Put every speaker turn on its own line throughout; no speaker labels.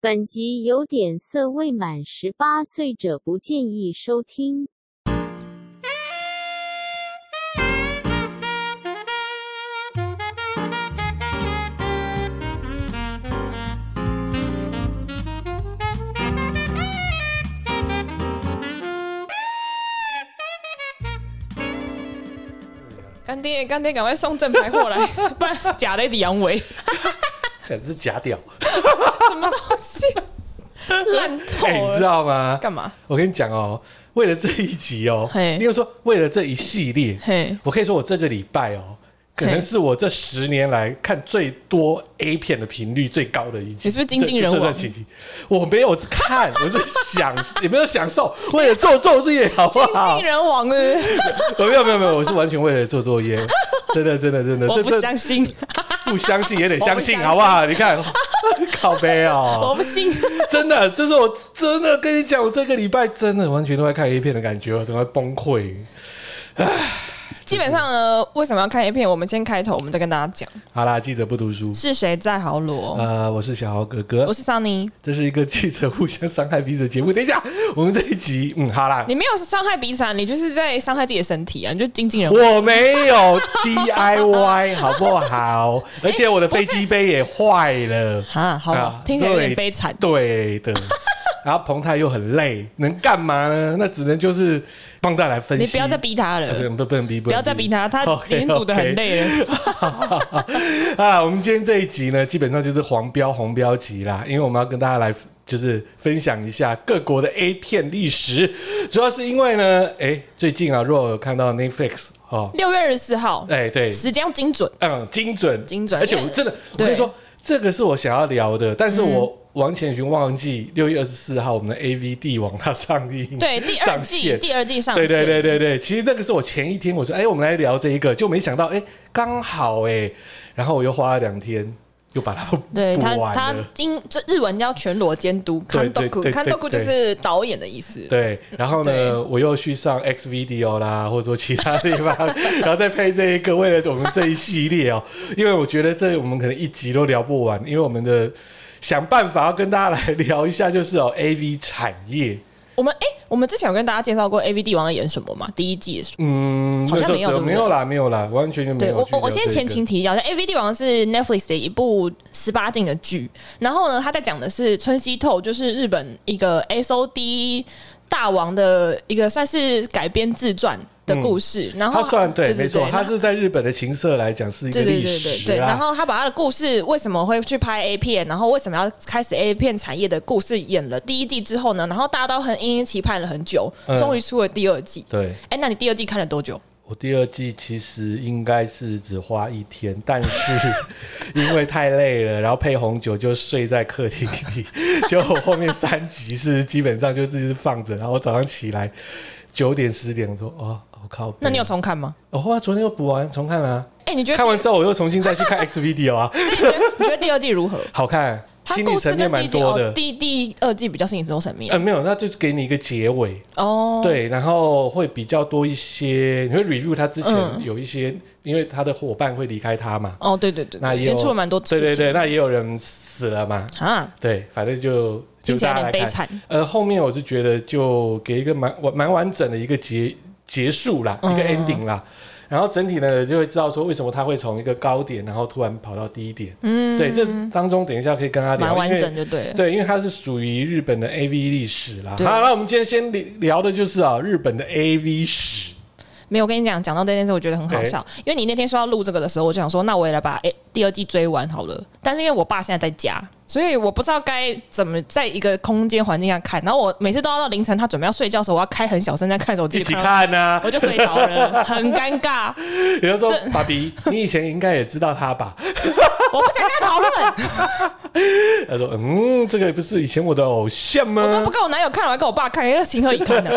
本集有点色，未满十八岁者不建议收听。
干爹，干爹，赶快送正牌货 来，不然假的一直阳痿，
可是假 屌，
什么东西，烂透
哎、你
了。
知道吗？
干嘛？
我跟你讲哦，为了这一集哦，
嘿
你有说为了这一系列，
嘿，
我可以说我这个礼拜哦，可
嘿
能是我这十年来看最多 A 片的频率最高的一集。
你是不是精尽人
这这
亡
这段期间我没有看，我是享，也没有享受，为了做做事业，好不好
尽？人啊亡了，
我没有没有没有，我是完全为了做作业，真的真的真的，
我
这
不
这
相信，
不相信也得相
我
信，
不相信
好不好？你看， 靠背哦，
我不信。
真的，这是我真的跟你讲，我这个礼拜真的完全都在看 A 片的感觉，哦我整个崩溃。
基本上呢，为什么要看 A 片？我们先开头，我们再跟大家讲
好啦，记者不读书，
是谁在豪罗。
呃，我是小豪哥哥
我，是桑尼，
这是一个记者互相伤害彼此的节目。等一下，我们这一集，嗯，好啦，
你没有伤害彼此啊，你就是在伤害自己的身体啊，你就精尽人亡。
我没有 DIY，好不好？而且我的飞机杯也坏了，
啊，好
啊
听起来有点
对
悲惨。
对的。然后彭泰又很累，能干嘛呢？那只能就是帮大家来分析。
你不要再逼他
啊，
了，
不不不能逼，不
不
能
要再逼他， 他已
OK，
经煮的很
OK
累了。
啊，我们今天这一集呢，基本上就是黄标红标集啦，因为我们要跟大家来就是分享一下各国的 A 片历史，主要是因为呢，哎、最近啊，如果有看到 Netflix 哦，
六月二十四号，
哎、对，
时间要精准。
嗯，精准，
精准
而且
因
我
为
真的，我
对嗯
跟你说，这个是我想要聊的，但是我王千寻忘记六月二十四号我们的 AV 帝王它上映，
对，第二
上
季，
线
第二季上
对
线。
对对对对，其实那个是我前一天我说，哎、我们来聊这一个，就没想到，哎、刚好哎、然后我又花了两天，又把它补
对他
完，
他
了。
英这日文叫全裸监督
对对对
（kandoku），
对
kandoku 就
对
是导演的意思。
对，然后
对
呢，我又去上 X Video 啦，或者说其他地 方，然后再配这一个，为了我们这一系列哦、因为我觉得这我们可能一集都聊不完，因为我们的想办法要跟大家来聊一下，就是哦、A V 产业，
我们哎，我们之前有跟大家介绍过 A V 帝王在演什么嘛？第一季的时候。
嗯，
好像
那时候
没有对
只
不
没
对
有啦，没有啦，完全就没
对
嗯有
我
去
我
聊
我先
这
前
个
情提要一下，《A V 帝王》是 Netflix 的一部十八禁的剧，然后呢，他在讲的是春熙透，就是日本一个 S O D 大王的一个算是改编自传的故事。然后
嗯他算对，没错，
哦对
他是在日本的情色来讲是一
对
个
对
历
对对
史啊
对，然
啦。
后他把他的故事为什么会去拍 A 片，然后为什么要开始 A 片产业的故事演了第一季之后呢，然后大家都很殷殷期盼了很久，
嗯
终于出了第二季。
对，
哎、那你第二季看了多久？
我第二季其实应该是只花一天，但是 因为太累了，然后配红酒就睡在客厅里。就我后面三集是基本上就是放着，然后我早上起来九点十点我说哦，我、靠北，
那你有重看吗？
哦？我、昨天又补完重看啊，
哎、你觉得
看完之后我又重新再去看 X video 啊，
你觉得你觉得第二季如何？
好看，
它
心
故
理
事
层面
跟第
蛮
一季
多
哦
的，。
第第二季比较心理层面
嗯、没有，那就是给你一个结尾。
啊哦。
呃对，然后会比较多一些，你会 review 他之前
嗯
有一些，因为他的伙伴会离开他嘛，
哦，对对对，
那
对
也
因为
有
出了蛮多次，
对对对，那也有人死了嘛，
啊，
对，反正就就
听起来
大家
有点
来
悲
看。
惨。
呃，后面我是觉得就给一个蛮完蛮完整的一个结结束啦，一个
嗯
ending 啦。然后整体呢，就会知道说为什么他会从一个高点，然后突然跑到低点。
嗯，
对，这当中等一下可以跟他聊，
蛮完
因为
整就对了。
对，因为它是属于日本的 A V 历史啦。好，
对
那我们今天先聊聊的就是啊，日本的 A V 史。
没有，我跟你讲，讲到这件事，我觉得很好笑，
哎
因为你那天说要录这个的时候，我就想说，那我也来把诶、第二季追完好了。但是因为我爸现在在家，所以我不知道该怎么在一个空间环境下看。然后我每次都要到凌晨，他准备要睡觉的时候，我要开很小声在看手机，
一起，看呐、
我就睡着了，很尴 尬，
比如说
这，
爸比，你以前应该也知道他吧？
我不想跟他讨论，
他说，嗯，这个不是以前我的偶像
我都不
吗？
跟我男友看，我还跟我爸看，因为情何以堪呢、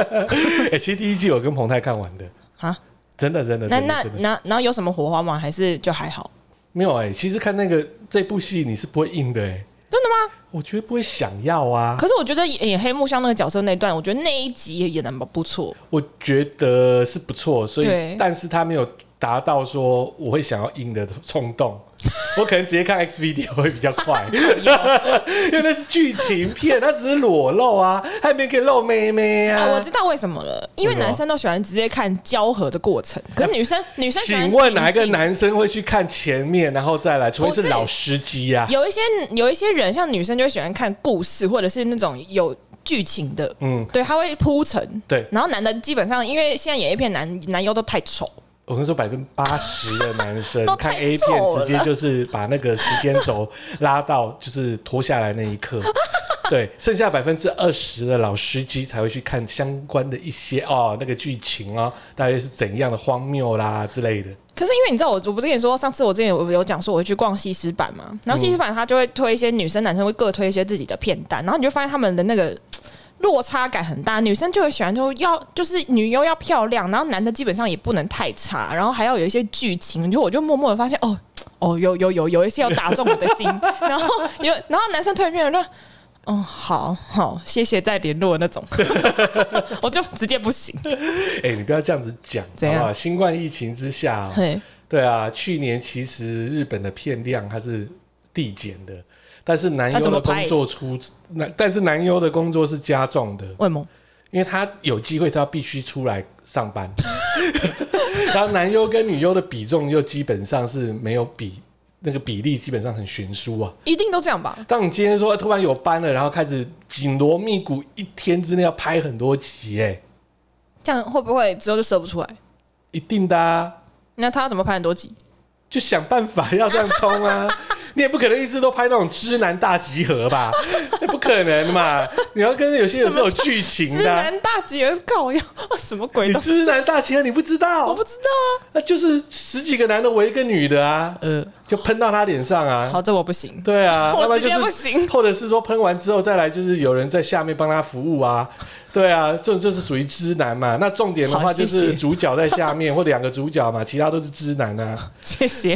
哎、其实第一季我跟彭泰看完的，
啊？ 啊，
真的，真的，
那
真
那
的，真的
那然后有什么火花吗？还是就还好？
没有哎、其实看那个这部戏你是不会硬的哎、
真的吗？
我觉得不会想要啊。
可是我觉得演黑木香那个角色那一段，我觉得那一集也演的不错。
我觉得是不错，所以
对
但是他没有达到说我会想要硬的冲动。 我可能直接看 X video 会比较 快，因为那是剧情片，它只是裸露啊，它里面可以露妹妹
啊，
啊。
我知道为什么了，因为男生都喜欢直接看交合的过程，可是女 生女生喜欢
请问哪一个
情境？
男生会去看前面，然后再来？除非
不
是
是
老司机啊。
有一些有一些人，像女生就会喜欢看故事，或者是那种有剧情的，
嗯，
对，他会铺陈。
对
然后男的基本上，因为现在演 A 片男男优都太丑，
我跟你说，百分之八十的 男生
都
看
太
A 片，
臭
直
了
接就是把那个时间轴拉到就是脱下来那一刻。 对，剩下百分之二十的老司机才会去看相关的一些哦，那个剧情啊、哦，大约是怎样的荒谬啦之类的。
可是因为你知道我，我不是跟你说，上次我之前有有讲说我去逛西施版嘛，然后西施版他就会推一些女生、男生会各推一些自己的片段，然后你就发现他们的那个落差感很大，女生就会喜欢就要就是女优要漂亮，然后男的基本上也不能太差，然后还要有一些剧情，就我就默默的发现哦哦有有有有一些要打中我的心，然后有然后男生推片就。哦，好好，谢谢再联络那种， 我就直接不行。
哎、你不要这样子讲，
怎
好
样
不好？新冠疫情之下、哦，
嘿，
对啊，去年其实日本的片量它是递减的，但是男
那
优
怎
的
么拍
工作出男，但是男优的工作是加重的，
为什么？
因为他有机会，他必须出来上班。 然后男优跟女优的比重又基本上是没有比那个比例，基本上很悬殊啊。
一定都这样吧？
当你今天说呃突然有班了，然后开始紧锣密鼓，一天之内要拍很多集、哎，
这样会不会之后就射不出来？
一定的、啊，
那他怎么拍很多集？
就想办法要这样冲啊。 你也不可能一直都拍那种知男大集合吧？ 那不可能嘛！你要跟有些人是有剧情
直
的啊、
男大集合靠腰，啊什么鬼
你
东西？
知男大集合你不知道，
我不知道啊。
那就是十几个男的围一个女的啊，
呃，
就喷到他脸上啊。
好，这我不行。
对啊，
我
要不然就
直
是
接不行
或者是说喷完之后再来，就是有人在下面帮他服务啊。对啊，这种就是属于知男嘛。那重点的话
好
就
谢谢
是主角在下面或两个主角嘛，其他都是知男啊。
谢谢，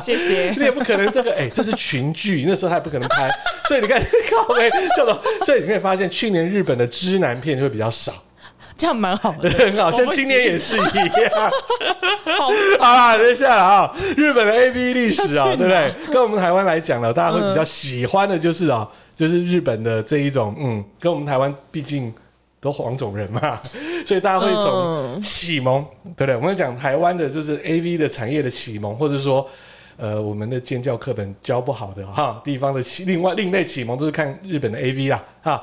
谢
你
谢。
也不可能这个，哎、这是群剧，那时候还不可能拍。所以你看， 靠背叫做，所以你可以发现去年日本的知男片就会比较少，
这样蛮好的，
很好，像
我不
今年也是一样。
好
好啦，等一下啊、日本的 A B 历史啊、
要去
对不
哪
对？跟我们台湾来讲呢，大家会比较喜欢的就是啊、就是日本的这一种，嗯，跟我们台湾毕竟都黄种人嘛， 所以大家会从
嗯
启蒙，对不对？我们讲台湾的就是 A V 的产业的启蒙，或者说。呃，我们的建教课本教不好的哈，地方的启另外另类启蒙都是看日本的 A V 啦哈，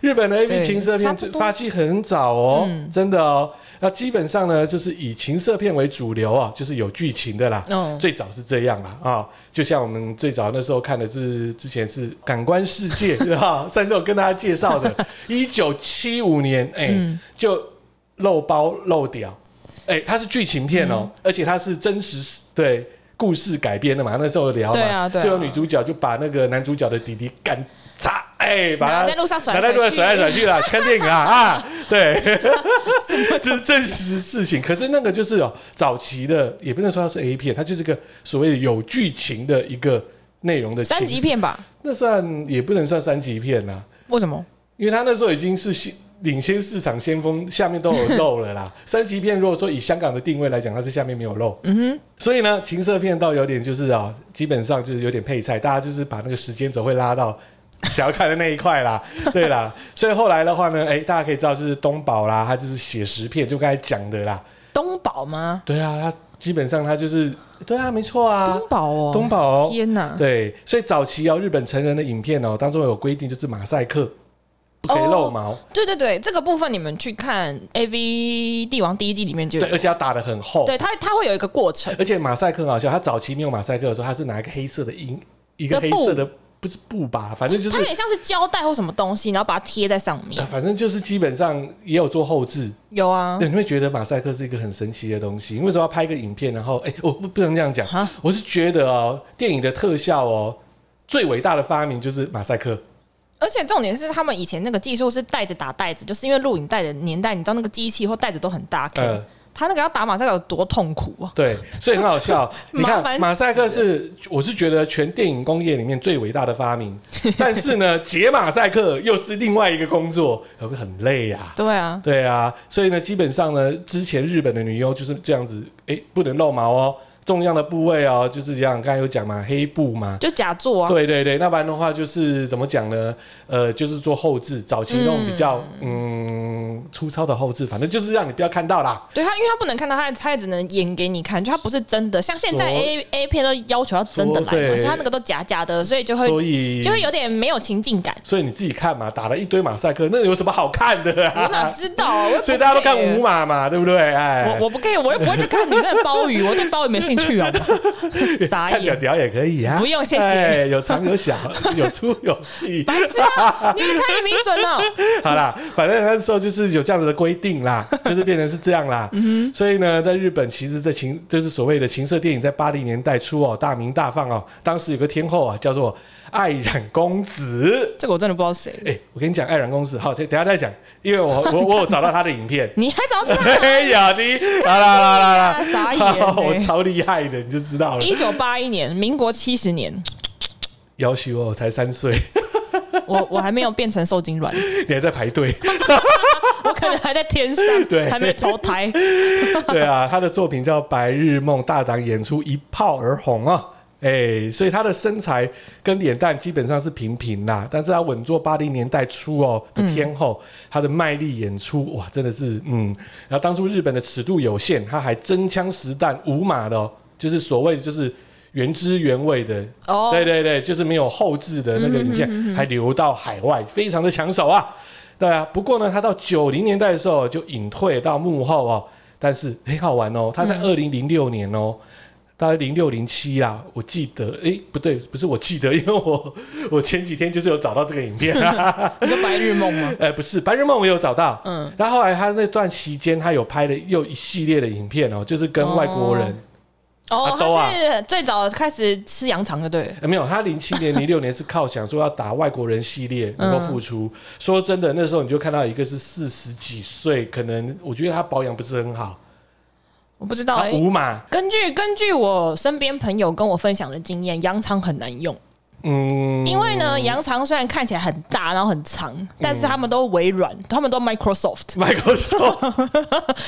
日本的 A V
对
情色片
差不多啊
发迹很早哦，
嗯
真的哦。那基本上呢，就是以情色片为主流啊，就是有剧情的啦。
嗯
最早是这样啦啊、就像我们最早那时候看的是之前是《感官世界》 哈，上次我跟大家介 绍的，一九七五年哎、
嗯
就漏包漏屌，哎、它是剧情片
嗯
哦，而且它是真实对。故事改编的嘛，那时候有聊嘛，
对啊对啊
最后女主角就把那个男主角的弟弟干炸，哎、把
然
他
后在路上甩
拿
来
在路上
甩
甩来
去
甩 去啦，看电影啊啊，对，这是真实事情。可是那个就是哦，早期的也不能说它是 A 片，它就是个所谓有剧情的一个内容的情
三级，片吧？
那算也不能算三级片啦、
为什么？
因为它那时候已经是先领先市场先锋，下面都有漏了 啦。三级片如果说以香港的定位来讲，它是下面没有漏，嗯哼。所以呢，情色片倒有点就是啊、基本上就是有点配菜，大家就是把那个时间轴会拉到想要看的那一 块啦，对啦。所以后来的话呢，哎、大家可以知道就是东宝啦，它就是写实片，就刚才讲的啦，
东宝吗？
对啊，它基本上它就是对啊，没错啊，
东宝哦，
东宝哦
天哪！
对，所以早期哦，日本成人的影片哦，当中有规定就是马赛克不可以露毛。
对对对，这个部分你们去看 A V 帝王第一季里面就有
对，，而且要打得很厚。
对它它会有一个过程，
而且马赛克很好笑，他早期没有马赛克的时候，他是拿一个黑色的银，一个
的
黑
布
色的不是布吧，反正就是
它有，点像是胶带或什么东西，然后把它贴在上面
呃。反正就是基本上也有做后置。
有啊
那，你会觉得马赛克是一个很神奇的东西，你为什么要拍一个影片？然后，哎、我不不能这样讲
哈，
我是觉得哦，电影的特效哦，最伟大的发明就是马赛克。
而且重点是，他们以前那个技术是带子打带子，就是因为录影带的年代，你知道那个机器或带子都很大坑，
嗯
他那个要打马赛克有多痛苦啊！
对，所以很好 笑。你
麻烦
看，
死
马赛克是我是觉得全电影工业里面最伟大的发明，但是呢，解马赛克又是另外一个工作，会很累呀、
对啊，
对啊，所以呢，基本上呢，之前日本的女优就是这样子，哎、不能露毛哦。重要的部位哦，就是这样，刚才有讲嘛，黑布嘛。
就假做啊，
对对对，那不然的话就是怎么讲呢？呃，就是做后置，早期那种比较嗯粗糙的后置，反正就是让你不要看到啦。
对他，因为他不能看到他，他也只能演给你看，就他不是真的。像现在
所
A A 片都要求要真的来
所
嘛，
对
所以他那个都假假的，所以就会
所以
就会有点没有情境感。
所以你自己看嘛，打了一堆马赛克，那有什么好看的
我哪
啊？
知道啊？我又不
所以大家都看
care
五码嘛，对不对？哎
我，我不 care，我又不会去看你这鲍鱼，我对鲍鱼没兴趣 啊，傻
看屌
眼。
屌也可以啊，
不用谢谢
哎，有长有 小，有粗有细。
白痴啊！你也太愚民损了。
好啦，反正那时候就是有这样子的规定 啦，就是变成是这样啦。
嗯
所以呢，在日本其实这情就是所谓的情色电影，在八零年代初哦，大名大放哦。当时有个天后啊，叫做爱染公子。
这个我真的不知道谁。。
哎、我跟你讲，爱染公子，好，这等一下再讲，因为我我我有找到他的影片
你还找出来？
哎呀，你啦啦啦啦啦，
傻眼欸
我超厉害的，你就知道了。
一九八一年，民国七十年，
要许我才三岁，
我我还没有变成受精卵，
你还在排队。
我可能还在天上，
对
还没投胎。
对啊，他的作品叫《白日梦》，大胆演出，一炮而红啊！哎、所以他的身材跟脸蛋基本上是平平啦，但是他稳坐八零年代初哦的天后，
嗯
他的卖力演出哇，真的是嗯。然后当初日本的尺度有限，他还真枪实弹无码的、哦，就是所谓的就是原汁原味的。
哦
对对对，就是没有后置的那个影片，还流到海外，非常的抢手啊。对啊，不过呢，他到九零年代的时候就隐退到幕后哦。但是很、好玩哦，他在二零零六年哦，大概零六零七啦，我记得，诶，不对，不是我记得，因 为我我前几天就是有找到这个影片、啊，
你说白日梦吗？
呃，不是《白日梦》，我有找到，
嗯
嗯，然后后来他那段期间，他有拍了又一系列的影片哦，就是跟外国人，
哦，
阿兜啊
他是最早开始吃羊肠的，对。
呃没有，他零 七年、零六年是靠想说要打外国人系列能
嗯
够付出。说真的，那时候你就看到一个是四十几岁，可能我觉得他保养不是很好，
我不知道
他
欸，
五码，
根据根据我身边朋友跟我分享的经验，羊肠很难用。
嗯，嗯
因为呢，羊肠虽然看起来很大，然后很长，但是他们都微软，他们都 Microsoft，
Microsoft，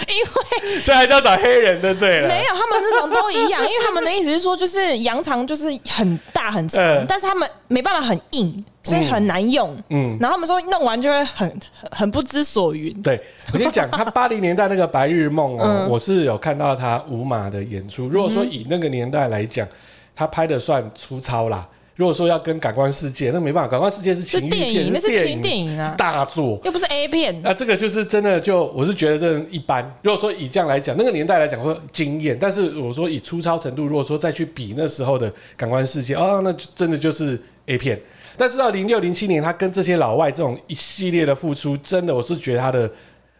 因为
所以还是要找黑人的，对了，
没哎有他们那种都一样，因为他们的意思是说，就是羊肠就是很大很长，
嗯
但是他们没办法很硬，所以很难用。
嗯
然后他们说弄完就会很很很不知所云。
对，我先讲他八零年代那个《白日梦》哦，
嗯
我是有看到他五马的演出。如果说以那个年代来讲，他拍的算粗糙啦。如果说要跟《感官世界》，那没办法，《感官世界》是情欲
是电影
片，
那是
电
电影啊
是大作。
又不是 A 片，
那这个就是真的就，我是觉得这一般。如果说以这样来讲，那个年代来讲会惊艳，但是我说以粗糙程度，如果说再去比那时候的《感官世界》，哦，那就真的就是 A 片。但是到零六零七年，他跟这些老外这种一系列的付出，真的我是觉得他的。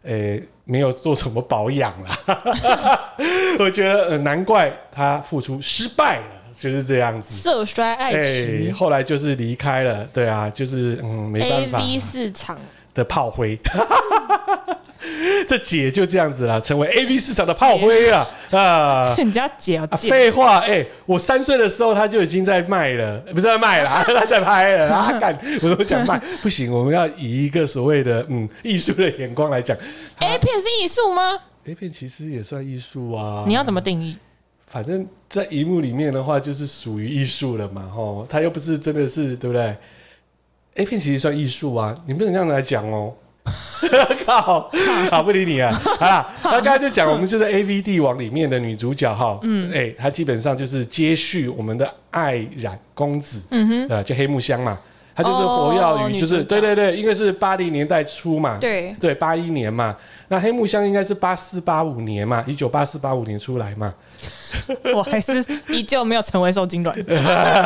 诶、没有做什么保养啦， 我觉得、呃、难怪他付出失败了，就是这样子。
色衰爱
诶、
弛、
后来就是离开了，对啊，就是嗯，没办
a
法。
V 市场。
的炮灰。这姐就这样子啦，成为 A V 市场的炮灰了啊！
人家姐要
啊，
姐，
废话，哎、我三岁的时候他就已经在卖了，呃不是在卖了， 他在拍了啊！干，我都想 卖，不行，我们要以一个所谓的嗯艺术的眼光来讲
A 片是艺术吗？
，A 片其实也算艺术啊。
你要怎么定义？
反正，在荧幕里面的话，就是属于艺术了嘛，吼，他又不是真的是，对不对？A 片其实算艺术啊，你不能这样来讲哦。 靠，好不理你啊！好啦，那刚才就讲，我们就是 A V 帝王里面的女主角哈，嗯，哎、她基本上就是接续我们的爱染公子，嗯哼，呃，就黑木香嘛，她就是活跃
哦
于，就是、
女主角
对对对，因为是八零年代初嘛，
对
对，八一年嘛，那黑木香应该是八四八五年嘛，一九八四八五年出来嘛，
我还是依旧没有成为受精卵。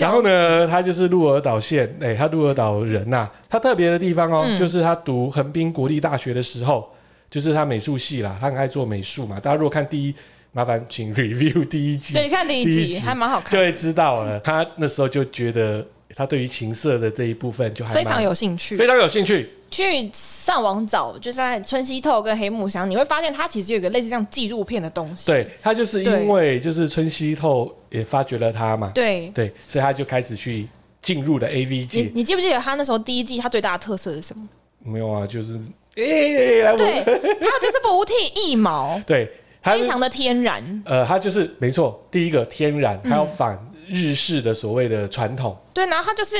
然后呢，他就是鹿儿岛县，哎、他鹿儿岛人呐、他特别的地方
嗯
哦，就是他读横滨国立大学的时候，就是他美术系啦，他很爱做美术嘛。大家如果看第一，麻烦请 review 第一 季，
对，看第一
第一
集
集
还蛮好看
就
的，
会知道了。他那时候就觉得，他对于情色的这一部分就还蛮
非常有兴趣。
非常有兴趣。
去上网找，就在春熙透跟黑木香，你会发现它其实有一个类似像纪录片的东西。
对他就是因为就是春熙透也发掘了他嘛，
对，
对，所以他就开始去进入了 AV
你
界。
你记不记得他那时候第一季他最大的特色是什么？
没有啊，就是哎、哎哎来我
对，还有就是不剃一毛，
对，它
非
是
常的天然。
呃，它就是没错，第一个天然，它
嗯
要反日式的所谓的传统。
对，然后他就是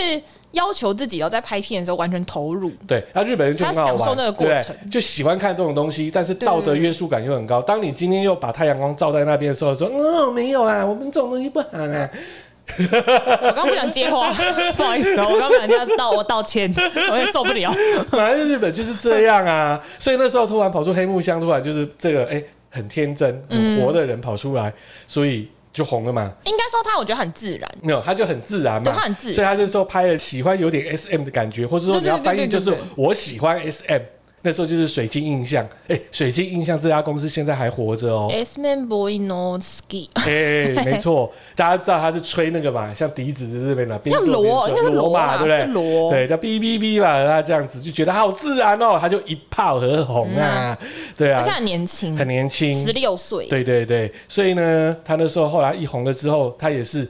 要求自己要在拍片的时候完全投入。
对，那日本人就很好玩，
他享受那个过程
对不对就喜欢看这种东西，但是道德约束感又很高。当你今天又把太阳光照在那边的时候，说嗯没有啦，我们这种东西不好啊啦。
我刚不想接话， 不好意思哦，我刚不想这样道，我道 歉，我也受不了。
反正日本就是这样啊，所以那时候突然跑出黑木香，突然就是这个哎、很天真、
嗯
很活的人跑出来，所以就红了嘛。
应该说他，我觉得很自然。
没有，他就很自然嘛，
对他很自然
所以他那时候拍了喜欢有点 S M 的感觉，或者说
对对
你要翻
对
译
对
就是
对对
我喜欢 S M。那时候就是水晶印象，哎、水晶印象这家公司现在还活着哦、
S man boy no ski，
哎、没错，大家知道他是吹那个嘛，像笛子的这边嘛，边
像
做边
锣
奏
应该是
锣
锣
嘛，
啦
对不对？
是锣
对，叫哔哔哔嘛，他这样子就觉得好自然哦，他就一炮而红啊，对啊
而且，很年轻，
很年轻
嗯十，六岁。
对对对，所以呢，他那时候后来一红了之后，他也是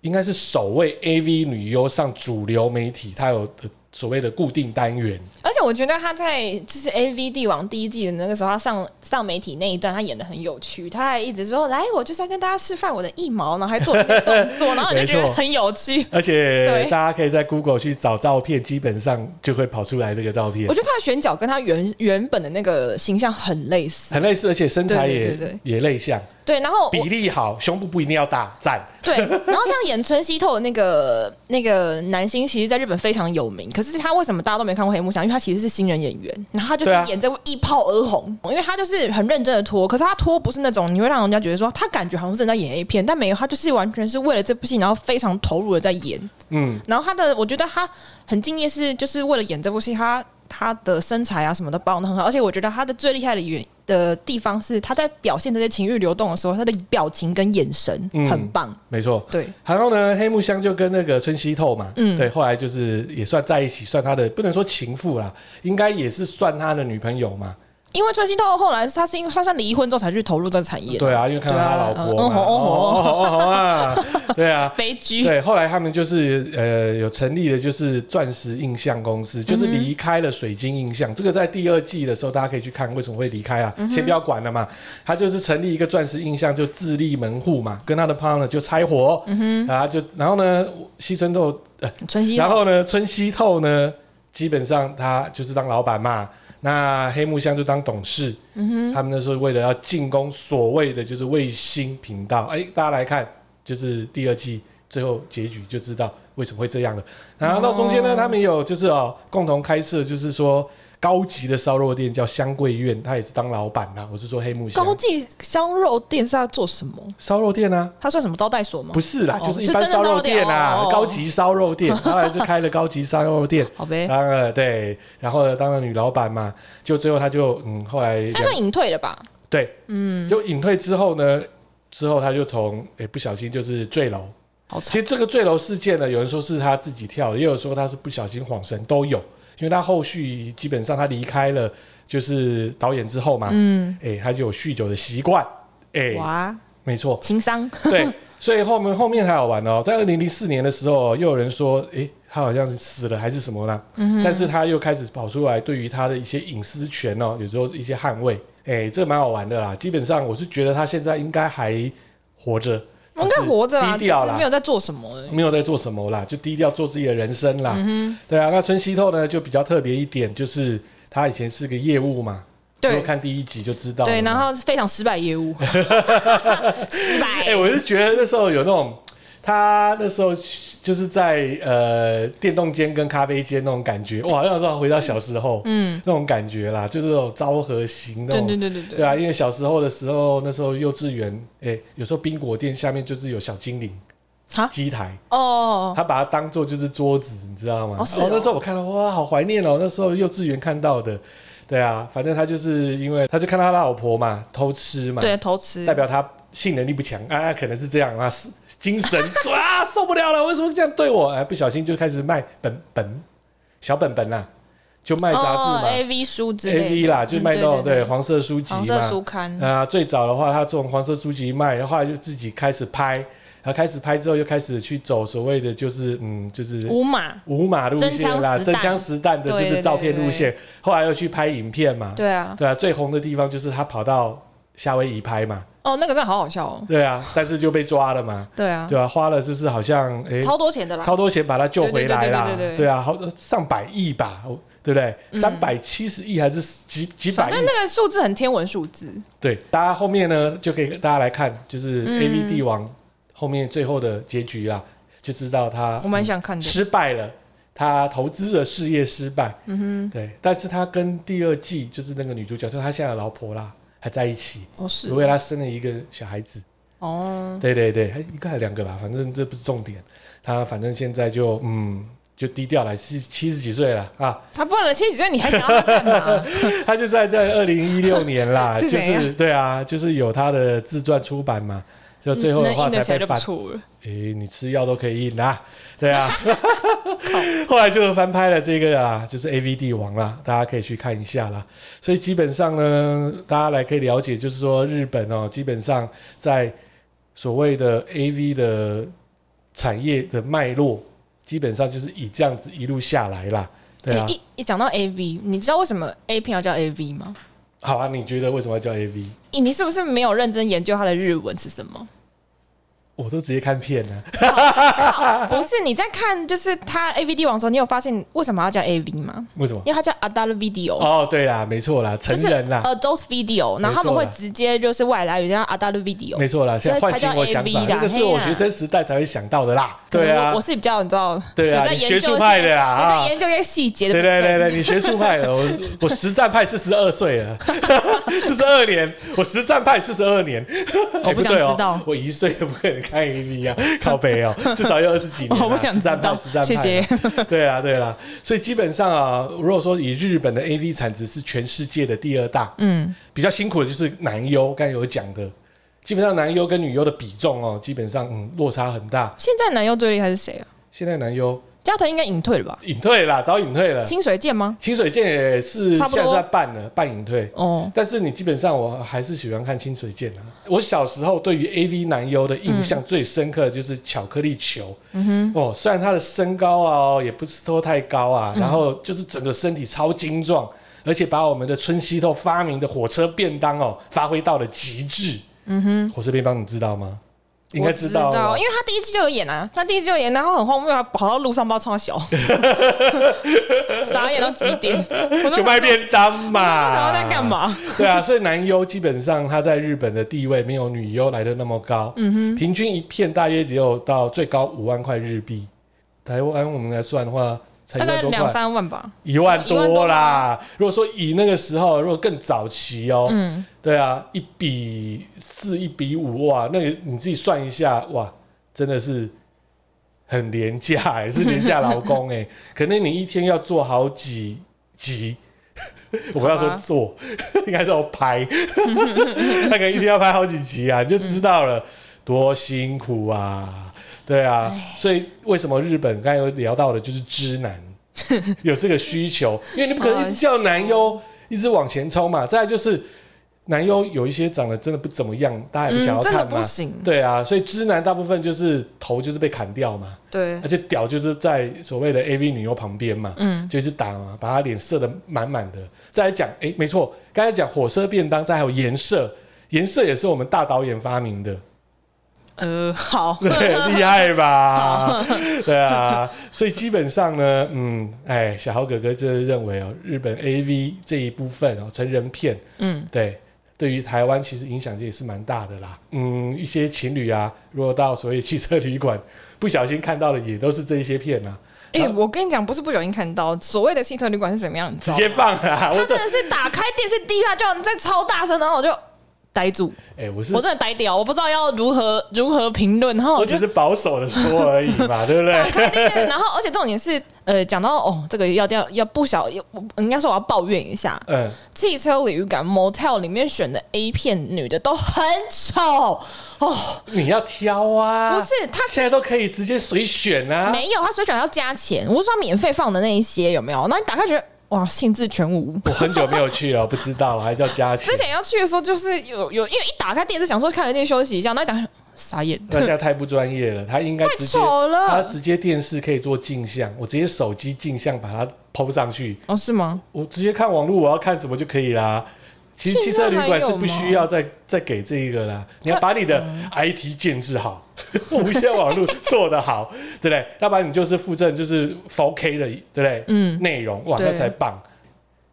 应该是首位 AV 女优上主流媒体，他有呃所谓的固定单元，
而且我觉得他在就是 A V 帝王第一季的那个时候，他上上媒体那一段，他演的很有趣，他还一直说：“来，我就是要跟大家示范我的腋毛，然后还做那个动作，然后你就觉
没
得
错
很有趣。
而且
对
大家可以在 Google 去找照片，基本上就会跑出来这个照片
我。觉得他的选角跟他原原本的那个形象很类似，
很类似，而且身材
对
也
对对对
也类像。
对。然后我
比例好，胸部不一定要大，赞。
对，然后像演春熙透的那个那个男星，其实在日本非常有名。可是他为什么大家都没看过黑木香？因为他其实是新人演员，然后他就是
对啊
演这部一炮而红，因为他就是很认真的拖。可是他拖不是那种你会让人家觉得说他感觉好像是在演 A 片，但没有，他就是完全是为了这部戏，然后非常投入的在演。
嗯，
然后他的，我觉得他很敬业，是就是为了演这部戏，他他的身材啊什么的保养的很好，而且我觉得他的最厉害的原的地方是他在表现这些情欲流动的时候，他的表情跟眼神
嗯
很棒。
没错。
对，
然后呢，黑木香就跟那个春熙透嘛，
嗯
对，后来就是也算在一起，算他的不能说情妇啦，应该也是算他的女朋友嘛。
因为春熙透后来他是因为他算离婚之后才去投入这个产业，
对啊，因为看到他老婆
对啊
嘛，
嗯哦
哦
哦
哦哦哦啊，对啊。
悲剧。
对，后来他们就是呃，有成立了就是钻石印象公司，就是离开了水晶印象。这个在第二季的时候，大家可以去看为什么会离开啊，先不要管了嘛。他就是成立一个钻石印象，就自立门户嘛，跟他的 partner 就拆伙，嗯、然后就然后呢，西村透，呃、
春熙
然
透
后呢，村西透呢，基本上他就是当老板嘛。那黑木香就当董事，嗯、他们那时候为了要进攻所谓的就是卫星频道，哎，大家来看，就是第二季最后结局就知道为什么会这样了。然后到中间呢，他们有就是哦，共同开设就是说高级的烧肉店叫香桂苑，他也是当老板呐、我是说黑木香
高记香肉店是要做什么？
烧肉店啊，
他算什么招待所吗？
不是啦，
哦
就是一般烧肉
就真的烧肉店
店啊
哦哦，哦
高级烧肉店，后来就开了高级烧肉店。
好呗，
当然对，然后呢，当了女老板嘛，就最后她就嗯，后来
他算隐退了吧？
对，嗯，就隐退之后呢，之后她就从诶、不小心就是坠楼。
好惨
其实这个坠楼事件呢，有人说是她自己跳的，也有说她是不小心晃神，都有。因为她后续基本上她离开了就是导演之后嘛，嗯，诶、她就有酗酒的习惯，诶、
哇，
没错，
情商。
对，所以后面后面还好玩哦，在二零零四年的时候，又有人说，诶、他好像是死了还是什么啦，
嗯
但是他又开始跑出来，对于他的一些隐私权哦，有时候一些捍卫，诶、这蛮好玩的啦。基本上我是觉得他现在应该还活着，
我应该活着啦，
低
只
调
是
啦
没，有在做什么而已。
没有在做什么啦，就低调做自己的人生
嗯
啦。对啊，那春熙透呢就比较特别一点，就是他以前是个业务嘛，如
对
果看第一集就知道了嘛。
对，然后非常失败业 务，失
哎、
败。
我是觉得那时候有那种，他那时候就是在呃电动间跟咖啡间那种感觉，哇，那时候回到小时候，嗯，那种感觉啦，就是那种昭和型那
对
种，
对对对
对
对，
啊，因为小时候的时候，那时候幼稚园，哎、有时候冰果店下面就是有小精灵
哈
机台，
哦，
他把它当做就是桌子，你知道吗？
哦是哦
那时候我看到哇，好怀念哦，那时候幼稚园看到的。对啊，反正他就是因为他就看到他老婆嘛偷吃嘛，
对偷吃
代。表他性能力不强啊，可能是这样啊，是精神 啊受不了了，为什么这样对我？哎、不小心就开始卖本本小本本啦、就卖杂志嘛、
哦 A V 书之
A
类
V
的
啦，就卖那种、
嗯对对对
黄色书籍嘛，
黄色书嗯刊。
啊，最早的话，他这种黄色书籍卖，然后后来就自己开始拍，然后开始拍之后又开始去走所谓的就是嗯，就是
五码，
无码路线啦，
真枪实
真
弹
枪实弹的就
对
是
对
照片
对
路
对
线，后来又去拍影片嘛，
对啊，
对啊，最红的地方就是他跑到夏威夷拍嘛，
哦，那个真的好好笑哦。
对啊，但是就被抓了嘛，
对啊，
对啊，花了就是好像哎、
超多钱的啦。
超多钱把他救回来啦
对对对对对对，
对啊，好上百亿吧，哦对不对？三百七十亿还是几几百
反
亿
正那个数字很天文数字，
对，大家后面呢就可以大家来看，就是
嗯
A V 帝王后面最后的结局啦，就知道他
我蛮想看的。
失败了，他投资的事业失败。嗯哼，对，但是他跟第二季就是那个女主角，就是他现在的老婆啦，还在一起，
哦，是
因为他生了一个小孩子。
哦，
对对对，还一个还两个吧，反正这不是重点。他反正现在就嗯。就低调了，七七十几岁了啊！
他不了七十岁，你还想要他干嘛？
他就在在二零一六年啦，
是
就
怎样
是对啊，就是有他的自传出版嘛，就 最后的
能
话
硬嗯得起
才
来
被
就不
翻
错了。
诶、你吃药都可以 硬啊，对啊。后来就翻拍了这个啦，就是 A V 帝王啦，大家可以去看一下啦。所以基本上呢，大家来可以了解，就是说日本哦，基本上在所谓的 A V 的产业的脉络，基本上就是以这样子一路下来啦，对啊
一。一一讲到 A V，你知道为什么 A 片要叫 A V 吗？
好啊，你觉得为什么要叫 A V？
咦你是不是没有认真研究它的日文是什么？
我都直接看片呢、啊
不是你在看就是它 A V D 网的时候，你有发现为什么要叫 A V 吗？
为什么
因？为它叫 Adult Video，、
哦，对啦，没错啦，成
就是呃
人啦，
Adult Video，然后他们会直接就是外来语叫 Adult Video，
没错啦，现在
所以
唤
才
醒
叫
我想
AV
法，
啦
那个是我
嘿啦
学生时代才会想到的啦。
可能
对啊
我我，是比较你知道，
对啊
有在
你
研
学
究
术
一
派
些
的啊
我
啊
在研究一些细节的部
对
分，
对对对，你学术派的，我 我实战派四十二岁了，四十二年，我实战派四十二年，哎
我不想
对
知道
哦，我一岁都不可能看 A V 啊，靠 北哦，至少要二十几年
我不
了，
想
实
知
战派
道
实战派
谢
啊，
谢
对啊对啦，所以基本上啊，如果说以日本的 A V 产值是全世界的第二大，嗯，比较辛苦的就是男优，刚才有讲的。基本上男优跟女优的比重哦，基本上嗯落差很大。
现在男优最厉害是谁啊？
现在男优
加藤应该隐退了吧？
隐退啦，早隐退了。
清水健吗？
清水健也是
差
现
不多
在在办了，办隐退。
哦，
但是你基本上我还是喜欢看清水健啊。我小时候对于 A V 男优的印象最深刻的就是巧克力球。嗯哼，哦，虽然他的身高啊、也不是说太高啊，
嗯
然后就是整个身体超精壮，而且把我们的春熙透发明的火车便当哦发挥到了极致。嗯哼，火车便当你知道吗？应该
我知
道啊，
因为他第一季就有演啊，他第一季就有演，然后很荒谬，他跑到路上不知道冲他 小，傻眼到几点？我都
就卖便当嘛。
我都想要在干嘛？
对啊，所以男优基本上他在日本的地位没有女优来的那么高，嗯哼，平均一片大约只有到最高五万块日币，台湾我们来算的话，才
大
一万
概
多
两
块，
三万吧。
一万
一万多
多啦。如果说以那个时候，如果更早期哦，嗯，对啊，一比四、一比五，哇，那个你自己算一下，哇，真的是很廉价、欸，是廉价劳工哎、可能你一天要做好几集。 我不要说
好吧
做， 应该是要拍， 那可能一定要拍好几集啊，你就知道了、多辛苦啊。对啊，所以为什么日本刚才有聊到的就是知男 有这个需求，因为你不可能一直叫男优一直往前冲嘛。再来就是男优有一些长得真的不怎么样，大家也不想要
嗯真的
看嘛。
不行
对啊，所以知男大部分就是头就是被砍掉嘛。
对
而，且屌就是在所谓的 AV 女优旁边嘛，嗯，就一直打嘛，把她脸射的满满的。再来讲，诶，没错，刚才讲火车便当，再还有颜色，颜色也是我们大导演发明的，
呃， 好，
对，厉害吧？对啊，所以基本上呢，嗯，哎，小豪哥哥这认为哦，日本 AV 这一部分哦，成人片，
嗯，
对，对于台湾其实影响也是蛮大的啦。嗯，一些情侣啊，如果到所谓汽车旅馆不小心看到的，也都是这一些片啊。
哎、
然后
我跟你讲，不是不小心看到所谓的汽车旅馆是怎么样，你知
直
道
接
吗？
放啊！
他
我这
真的是打开电视第一下就在超大声，然后我就呆住，
哎、我是
我真的呆掉，我不知道要如何如何评论，然后
我
我
只
就是
保守的说而已嘛，对不 对？
打开那个，然后而且重点是，呃，讲到哦，这个要要要不小，要我应该说我要抱怨一下，
嗯，
汽车旅馆 motel 里面选的 A 片女的都很丑哦，
你要挑啊，
不是他
现在都可以直接随选啊。
没有，他水准要加钱，我是说免费放的那一些有没有？那你打开觉得哇，兴致全无。
我很久没有去了，不知道还叫加钱
之。前要去的时候，就是有有，因为一打开电视，想说看一电休息一下，那一打开傻眼，
那现在太不专业了，他应该直接
太丑了
他直接电视可以做镜像，我直接手机镜像把它抛上去，
哦，是吗？
我直接看网络我要看什么就可以啦。其实汽车旅馆是不需
现在还有
要
吗
再再给这一个啦，你要把你的 IT 建制好， 无线网络做得好，对不对？要不然你就是附赠就是 4K 的，对不对？
嗯，
内容哇，
对
那才棒。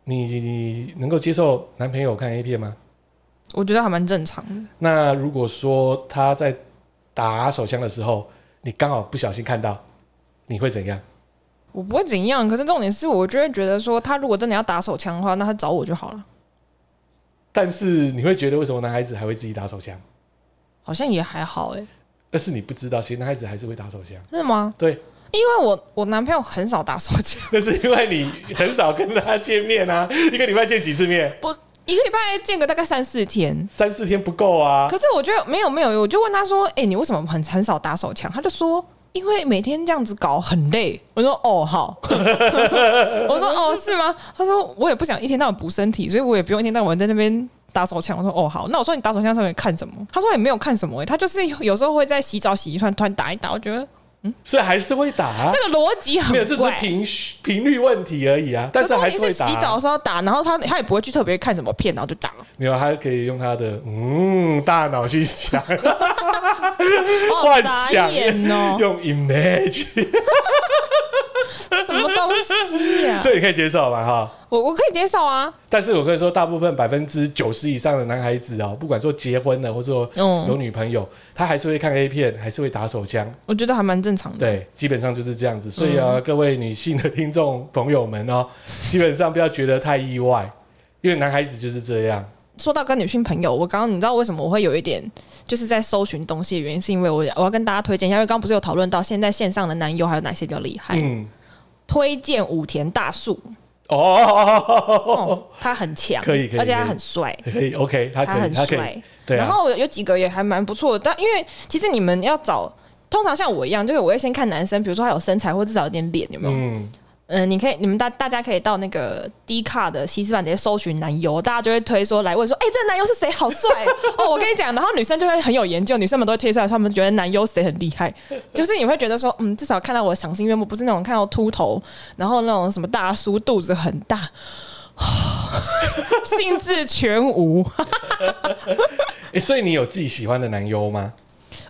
你你你能够接受男朋友看 A 片吗？
我觉得还蛮正常的。
那如果说他在打手枪的时候，你刚好不小心看到，你会怎样？
我不会怎样，可是重点是，我就会觉得说，他如果真的要打手枪的话，那他找我就好了，
但是你会觉得为什么男孩子还会自己打手枪？
好像也还好哎、欸，
那是你不知道，其实男孩子还是会打手枪。
是吗？
对，
因为我我男朋友很少打手枪，
那是因为你很少跟他见面啊， 一个礼拜见几次面？
不一个礼拜见个大概三四天。
三四天不够啊
可。是我觉得没有没有，我就问他说：“哎、你为什么很很少打手枪？”他就说：“因为每天这样子搞很累。”我说：“哦，好。” 我说：“哦，是吗？”他说：“我也不想一天到晚补身体，所以我也不用一天到晚在那边。”打手枪，我说哦好，那我说你打手枪上面看什么？他说也没有看什么、欸，他就是有时候会在洗澡洗一串，突然打一打，我觉得
所以还是会打、啊。
这个逻辑很怪。
没有，这只是频频率问题而已啊。但是还
可
是
问
会
题是
打、
洗澡的
啊。
时候打，然后他他也不会去特别看什么片，然后就 打。
没有，他可以用他的嗯大脑去想
哦
幻
傻
想，
眼 哦，
用 image，
什么东西 呀、
所以你可以接受吧？哈。
我我可以接受啊，
但是我可以说，大部分百分之九十以上的男孩子哦，不管说结婚了，或者说
嗯
有女朋友，他还是会看 A 片，还是会打手枪，
我觉得还蛮正常的。
对，基本上就是这样子。所以啊，
嗯
各位女性的听众朋友们哦， 基本上不要觉得太意外，因为男孩子就是这样。
说到跟女性朋友，我刚刚你知道为什么我会有一点就是在搜寻东西的原因，是因为我我要跟大家推荐一下，因为刚刚不是有讨论到现在线上的男优还有哪些比较厉害，
嗯，
推荐武田大树，
哦
哦，，他很强，
可以可以
而且他
可以
很帅，
可以，OK，他
他
可以，
很
他可
帅
以，。对啊
然后有几个也还蛮不错的，但因为其实你们要找，通常像我一样，就是我会先看男生，比如说他有身材或至少有点脸，有没有？嗯
嗯，
你可以，你们大大家可以到那个 D 卡的西斯版直接搜寻男优，大家就会推说来问说，哎、这男优是谁？好帅哦！我跟你讲，然后女生就会很有研究，女生们都会推出来，他们觉得男优谁很厉 害，就是你会觉得说，嗯，至少看到我赏心悦目，不是那种看到秃头，然后那种什么大 叔肚子很大，兴致全无。
诶所以你有自己喜欢的男优吗？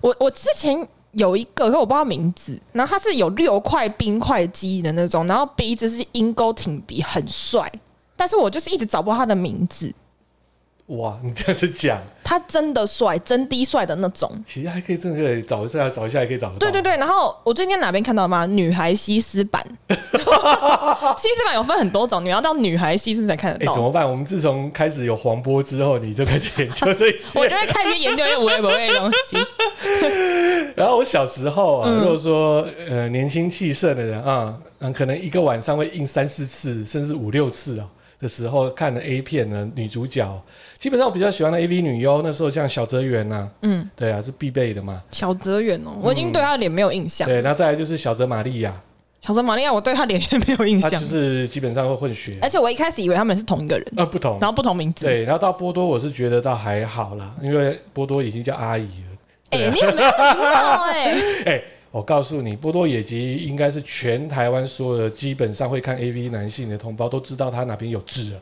我我之前有一个，可我不知道名字，然后他是有六块冰块肌的那种，然后鼻子是鹰钩挺鼻，很帅，但是我就是一直找不到他的名字。
哇，你这样子讲，
他真的帅，真的帅的那种。
其实还可以，真的可以找一下，找一下也可以找得到。
对对对，然后我最近在哪边看到吗？女孩西施版， 西施版有分很多种，你要到女孩西施才看得
哎、
到。
怎么办？我们自从开始有黄波之后，你就开始研究这些。
我就会开始研究一些无为不为的东西。
然后我小时候
嗯
啊，如果说呃年轻气盛的人啊，嗯，可能一个晚上会印三四次，甚至五六次啊的时候看的 A 片呢，女主角基本上我比较喜欢的 AV 女优，那时候像小泽圆呐，嗯，对啊，是必备的嘛。
小泽远哦，我已经对啊他的脸没有印象。
嗯对，那再来就是小泽玛利亚，
小泽玛利亚，我对他脸也没有印
她
象。
就是基本上会混血，
而且我一开始以为他们是同一个人，
呃，不同
哎然。后不同名字。
对，然后到波多，我是觉得倒还好啦，因为波多已经叫阿姨了。
哎、你有没有听到、哎，
哎、我告诉你，波多野结衣应该是全台湾所有的基本上会看 AV 男性的同胞都知道他哪边有痣了，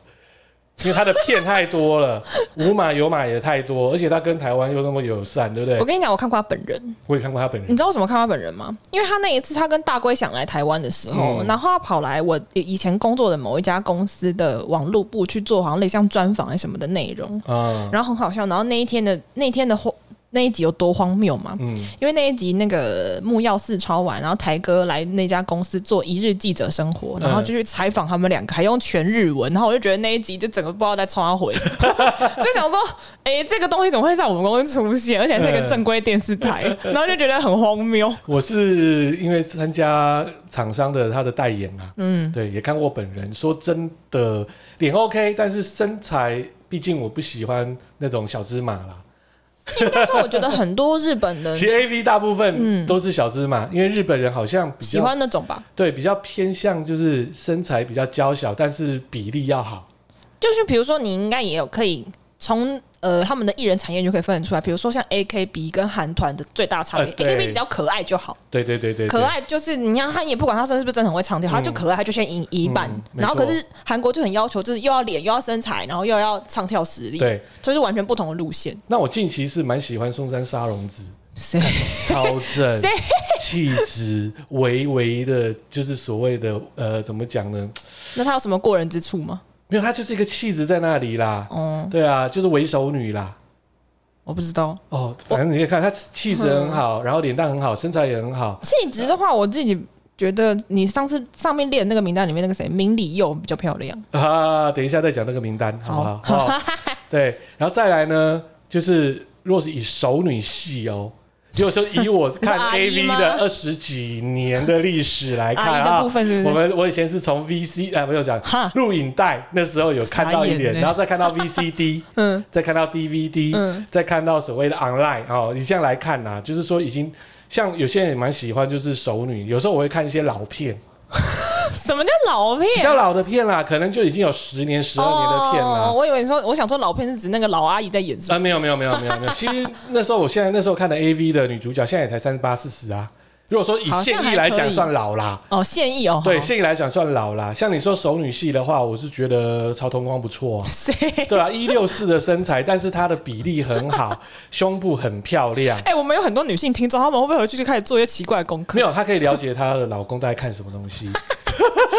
因为他的片太多了，无码有码也太多，而且他跟台湾又那么友善， 对不对
我？跟你讲，我看过他本人。
我也看过他本
你
人，
知道为什么看他本人吗？因为他那一次他跟大龟想来台湾的时候，
嗯
然后他跑来我以前工作的某一家公司的网络部去做，好像类似像专访还是什么的内容，
啊，
然后很好笑。然后那一天的那一天的荒那一集有多荒谬嘛？
嗯，
因为那一集那个木曜四超完，然后台哥来那家公司做一日记者生活，然后就去采访他们两个，还用全日文，然后我就觉得那一集就整个不知道在冲他回，就想说，哎、这个东西怎么会在我们公司出现，而且是一个正规电视台，然后就觉得很荒谬。
我是因为参加厂商的他的代言啊，嗯，对，也看过本人。说真的，脸 OK，但是身材，毕竟我不喜欢那种小芝麻啦。
应该说，我觉得很多日本 人
其实 AV 大部分都是小芝麻，因为日本人好像比
嗯喜
较
欢那种吧，
对，比较偏向就是身材比较娇小，但是比例要好。
就是比如说你应该也有可以从呃他们的艺人产业就可以分得出来，比如说像 AKB 跟韩团的最大差别、
呃对
a k b 只要可爱就好，
对对对对，对
可，爱就是你看他也不管他是不是真的很会唱跳，他就可爱，他就先赢一半。
嗯没
然后可
错
是韩国就很要求，就是又要脸又要身材，然后又要唱跳实力，
对，
所以就完全不同的路线。
那我近期是蛮喜欢松山沙龙子，
谁？
超正
谁，
气质，微微的，就是所谓的呃，怎么讲呢？
那他有什么过人之处吗？
没有，她就是一个气质在那里啦。
哦，
对啊，就是为首女啦。
我不知道。
哦，反正你可以看她气质很好，然后脸蛋很好，身材也很好。
气质的话，我自己觉得你上次上面列的那个名单里面那个谁，明里佑比较漂亮。
啊，等一下再讲那个名单，好不好？ 哦、对，然后再来呢，就是如果是以熟女系哦，就是说 以我看
阿
A
姨
V
吗
的二十几年的历史来看
阿姨的
啊，
部分是不是
我们我以前是从 V C 啊，没有讲
哈
录影带那时候有看到一
傻眼
点，
欸
然后再看到 V C D，
嗯，
再看到 DVD，、
嗯
再看到所谓的 online 哦，你这样来看呐、就是说已经像有些人也蛮喜欢，就是熟女，有时候我会看一些老片，
什么叫老片？
比较老的片啦，可能就已经有十年、十二年的片啦。
哦，我以为你说，我想说老片是指那个老阿姨在 演，是不
啊，
是？
没有没有没有没 有没有，其实那时候我现在那时候看的 A V 的女主角，现在也才三十八四十啊。如果说以
好
现
像
役
还
来
可
讲，
以
算老啦。
哦，现役哦，
对，
好，
现役来讲算老啦。像你说熟女系的话，我是觉得曹同光不错、啊
谁？
对啊，一六四的身材，但是她的比例很好，胸部很漂亮。
哎、我们有很多女性听众，她们会不会回去就开始做一些奇怪的功课？
没有，她可以了解她的老公大概看什么东西。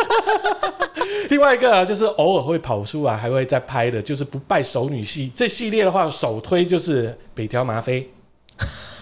另外一个啊，就是偶尔会跑出来，还会再拍的，就是不败熟女系这系列的话，首推就是北条麻妃。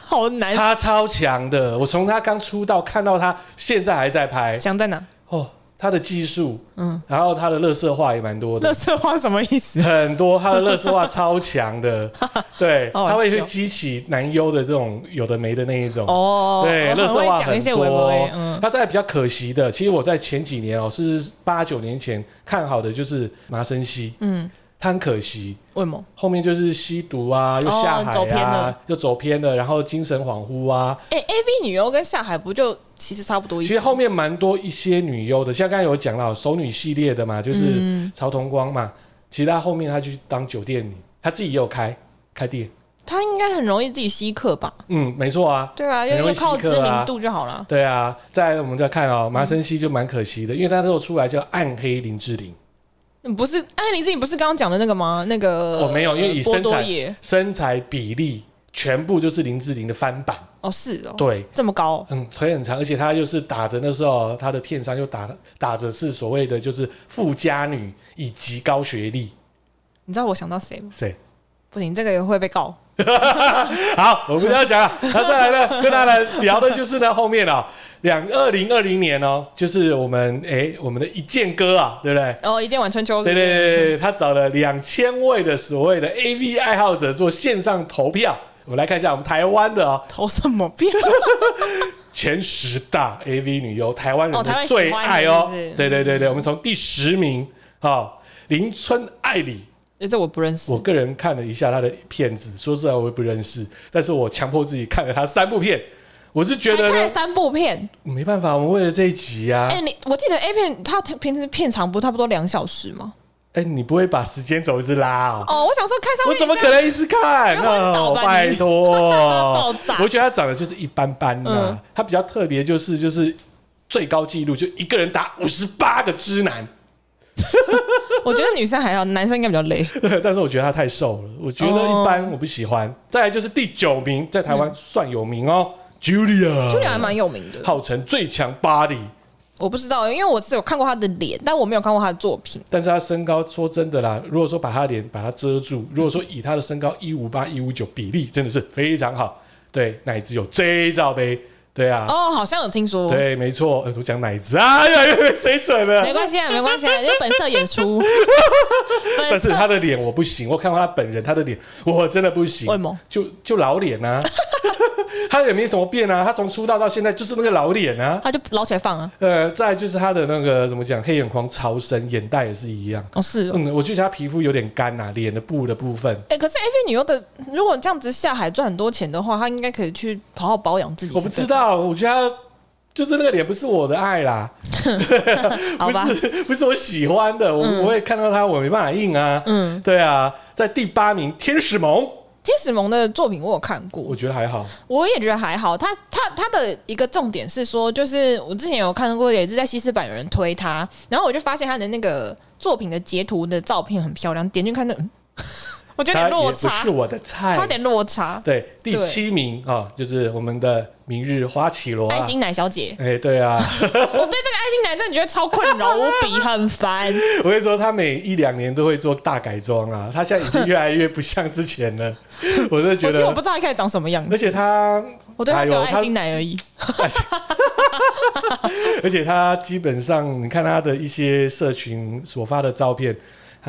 好难。
他超强的，我从他刚出道看到他现在还在拍
想在哪？
哦，他的技术，
嗯
嗯，然后他的乐色话也蛮多
乐
的，
色话什么意思？
很多他的乐色话超强 的，对，
好好
他会去
笑
激起男优的这种有的没的那一种。
哦，
对，
我
乐
很
色
会
话
讲一
很
些文博
多。
嗯，
那再来比较可惜的，其实我在前几年哦，是八九年前看好的就是麻生希，
嗯
嗯，他很可惜，
为什么？
后面就是吸毒啊，又
哦
下海
走偏
啊
了，
又走偏了，然后精神恍惚啊，
哎、a v 女优跟下海不就其实差不多意
其
思？
实后面蛮多一些女优的，像刚才有讲到熟女系列的嘛，就是
嗯
曹同光嘛。其实她后面她去当酒店女，她自己也有开开店。
她应该很容易自己吸客吧？
嗯，没错啊，
对啊，
很
又
容易
又
吸
靠知
客啊
名。度就好了。
对啊，再来我们再看哦，麻生希就蛮可惜的，因为她那时候出来叫暗黑林志玲，
嗯不是，哎，你自己不是刚刚讲的那个吗？那个
哦没有因为以
波
身材
多野
身材比例全部就是林志玲的翻版。
哦是哦，
对，
这么高哦
嗯，腿很长，而且她又是打着那时候她的片商又打打着是所谓的就是富家女以及高学历，
你知道我想到谁吗？
谁？
不行，这个也会被告。
好，我们不要讲了。 那再来呢，跟大家聊的就是呢后面啊、两二零二零年哦，就是我们诶，我们的一剑哥啊，对不对？
哦，一见晚春秋，
对对对对，他找了两千位的所谓的 AV 爱好者做线上投票。我们来看一下我们台湾的哦，
投什么票？
前十大 AV 女优，台湾人
哦台
的
湾
最
喜欢的
爱哦。
是不是嗯
对对对对，我们从第十名哦，林春爱里，
哎 这我不认识
我。个人看了一下他的片子，说实话我也不认识，但是我强迫自己看了他三部片，我是觉得
还看了
呢，
三部片，
没办法，我们为了这一集啊，
哎、
哎、
你我记得 A 片它平时片长不差不多两小时吗？
哎你不会把时间轴一直拉哦。
哦，我想说看上
我
面
怎么
这
可
样
能一直看？
你昏倒
哦
吧
拜
你
托，
爆炸
我觉得他长得就是一般般呐、
嗯
他比较特别，就是就是最高纪录就一个人打五十八个直男，
我觉得女生还好，男生应该比较累。
但是我觉得他太瘦了，我觉得一般，
哦
我不喜欢。再来就是第九名，在台湾算有名哦、j u l i a
朱莉还蛮有名的，
号称最强 body，
我不知道，因为我是有看过她的脸，但我没有看过她的作品。
但是他身高说真的啦，如果说把他脸把它遮住，如果说以他的身高一五八一五九比例，真的是非常好。对，奶子有 J 罩杯，对啊，
哦，好像有听说，
对，没错，呃我讲奶子啊，越来越没水准了
没。关系啊，没关系啊，就本色演 出。
但
本
是
色
他的脸我不行，我看过他本人，他的脸我真的不行
为什么，
就就老脸 啊，他也没什么变啊，他从出道到现在就是那个老脸啊。
他就捞起来放啊。
呃，再来就是他的那个怎么讲，黑眼眶超深，眼袋也是一样。
哦，是哦。
嗯，我就觉得他皮肤有点干呐、啊，脸的部的部分。
哎、可是 AV 女优的，如果这样子下海赚很多钱的话，她应该可以去好好保养自己。
我不知，道，我觉得他就是那个脸不是我的 爱啦，
好吧嗯
不是不是我喜欢的，我、我也看到他，我没办法硬啊。嗯，对啊，在第八名，天使萌，
天使萌的作品我有看过，
我觉得还好。
我也觉得还好。他他他的一个重点是说，就是我之前有看过，也是在西斯版有人推他，然后我就发现他的那个作品的截图的照片很漂亮，点进去看那，嗯 我觉得有
他也
点落
不
差
是，我的菜
他有。点落差。
对，第
对
七名啊、就是我们的明日花绮罗、
爱
啊。
心奶小姐，哦
哎、对啊，
我对这个爱心奶真的觉得超困扰，无比很烦。
我跟你说，他每一两年都会做大改装啊，他现在已经越来越不像之前 了。我真的
我
觉
其实我不
得，
知道他一开始长什么样 子，
而且他，
我对他
哎
只有
呦
爱心奶而已。
而且他基本上，你看他的一些社群所发的照片，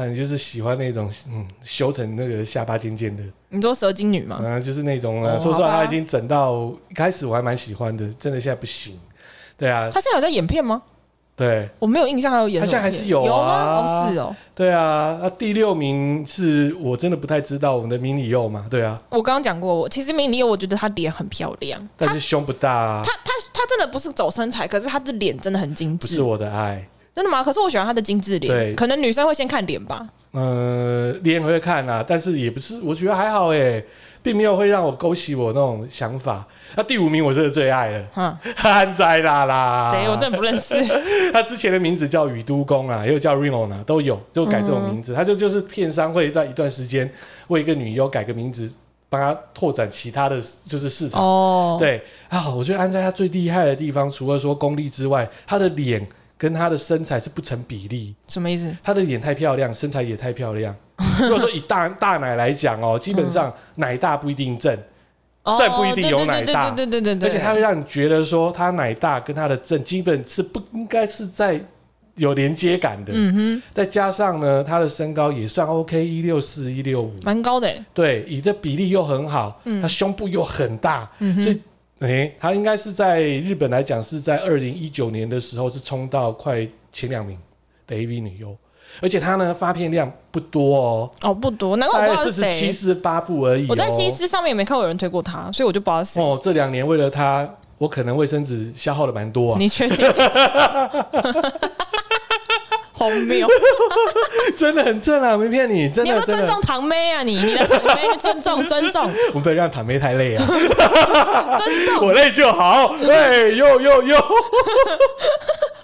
嗯，就是喜欢那种嗯修成那个下巴尖尖的，
你说蛇精女吗？
啊，就是那种
哦
啊，说实话
好吧
他已经整到一开始我还蛮喜欢的，真的现在不行。对啊，
他现在有在演片吗？
对
我没有印象他有演什么片，
他现在还是有啊
有吗？哦，是哦。
对啊，那第六名是我真的不太知道我们的迷你柚嘛，对啊，
我刚刚讲过，我其实迷你，我觉得她脸很漂亮，她
但是胸不大、啊，
她她她真的不是走身材，可是她的脸真的很精
不是
致，
我的爱。
真的吗？可是我喜欢她的精致脸，
对
可能女生会先看脸吧。
呃，脸会看啊，但是也不是，我觉得还好哎、并没有会让我勾起我那种想法。那第五名我真的最爱了，
哈，
安在啦啦，
谁我真的不认识。
他之前的名字叫宇都宫啊，也有叫 Reno 啊，都有就改这种
嗯
名字。他就就是片商会在一段时间为一个女优改个名字，帮她拓展其他的就是市场。
哦，
对啊，我觉得安在他最厉害的地方，除了说功力之外，他的脸跟他的身材是不成比例。
什么意思？
她的脸太漂亮，身材也太漂 亮。如果说以大大奶来讲哦，基本
嗯
上奶大不一定正，
哦
再不一定有奶大
对对对对对对对，
而且她会让你觉得说她奶大跟她的正基本是不应该是在有连接感的。
嗯
再加上呢，她的身高也算 OK，一六四一六五，
哼，蛮高的欸。
对，以这比例又很好，
嗯
她胸部又很大，所以。诶，她应该是在日本来讲是在二零一九年的时候是冲到快前两名的 AV 女优，而且她呢发片量不多哦，
哦，不多，难怪
大
我
概
不
四
知
十
道
七、
是谁。
四十八部而已、哦。
我在西斯上面也没看过有人推过她，所以我就不知道是谁。
哦，这两年为了他，我可能卫生纸消耗的蛮多啊，
你确定？荒谬！
真的很正啊，没骗你，真
你有没
的
有
真
尊
的。
重堂妹啊？你你的堂妹尊重尊重
我不能让坦妹太累啊，
尊重。
我累就好。 哎，又又又，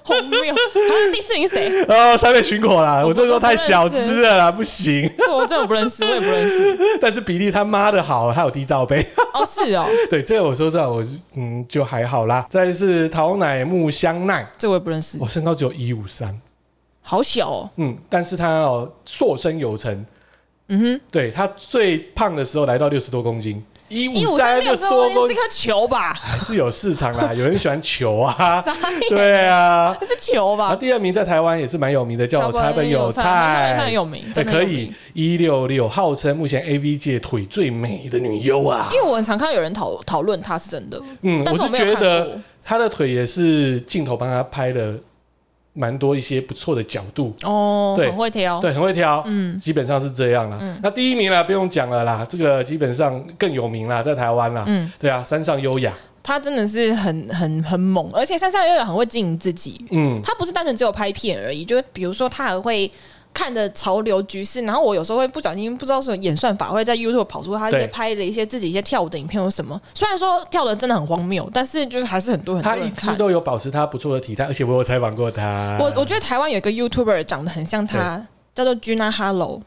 荒谬！好像第四名是谁？
啊，三倍巡火啦，我这时候太小资了啦，不行。
这我真的不认识，我也不认识。
但是比例他妈的好，他有低罩杯。
哦，是哦，
对，这个我说实话，我嗯就还好啦。再来是桃乃木香奈，
这我也不认识
我，身高只有一五三，
好小哦。
嗯，但是他哦硕身有成，
嗯
对他最胖的时候来到六十多公斤，一
哼，一
五
五
三
三
六
六
十
十
多
多
公
公斤
斤
是颗球吧？
还是有市场啦，有人喜欢 球啊，
啥意思？
对啊。
这是球
然后
吧？
第二名在台湾也是蛮有名的，叫柴本有
菜，上
菜，
有名，
哎
真的
可
很有
以
名。
一六六，号称目前 A V 界腿最美的女优啊
因。为我很常看到有人讨讨论他是真的，
嗯，
但
我
是
是
没有
觉
看
得
过。
她的腿也是镜头帮她拍了蛮多一些不错的角度，
哦，
对
很会挑。
对，很会挑，
嗯
基本上是这样啦。那第一名啦，不用讲了啦，这个基本上更有名啦，在台湾啦，
嗯
对啊，山上优雅，
他真的是很很很猛，而且珊珊又很会经营自己。
嗯，
他不是单纯只有拍片而已，就是比如说他还会看着潮流局势，然后我有时候会不小心不知道什么演算法会在 YouTube 跑出他一
对
些拍的一些自己一些跳舞的影片或什么。虽然说跳的真的很荒谬，但是就是还是很多很多
她一
人
直
看。
都有保持她不错的体态，而且我有采访过她。
我我觉得台湾有一个 YouTuber 长得很像他。叫做 Gina Hello，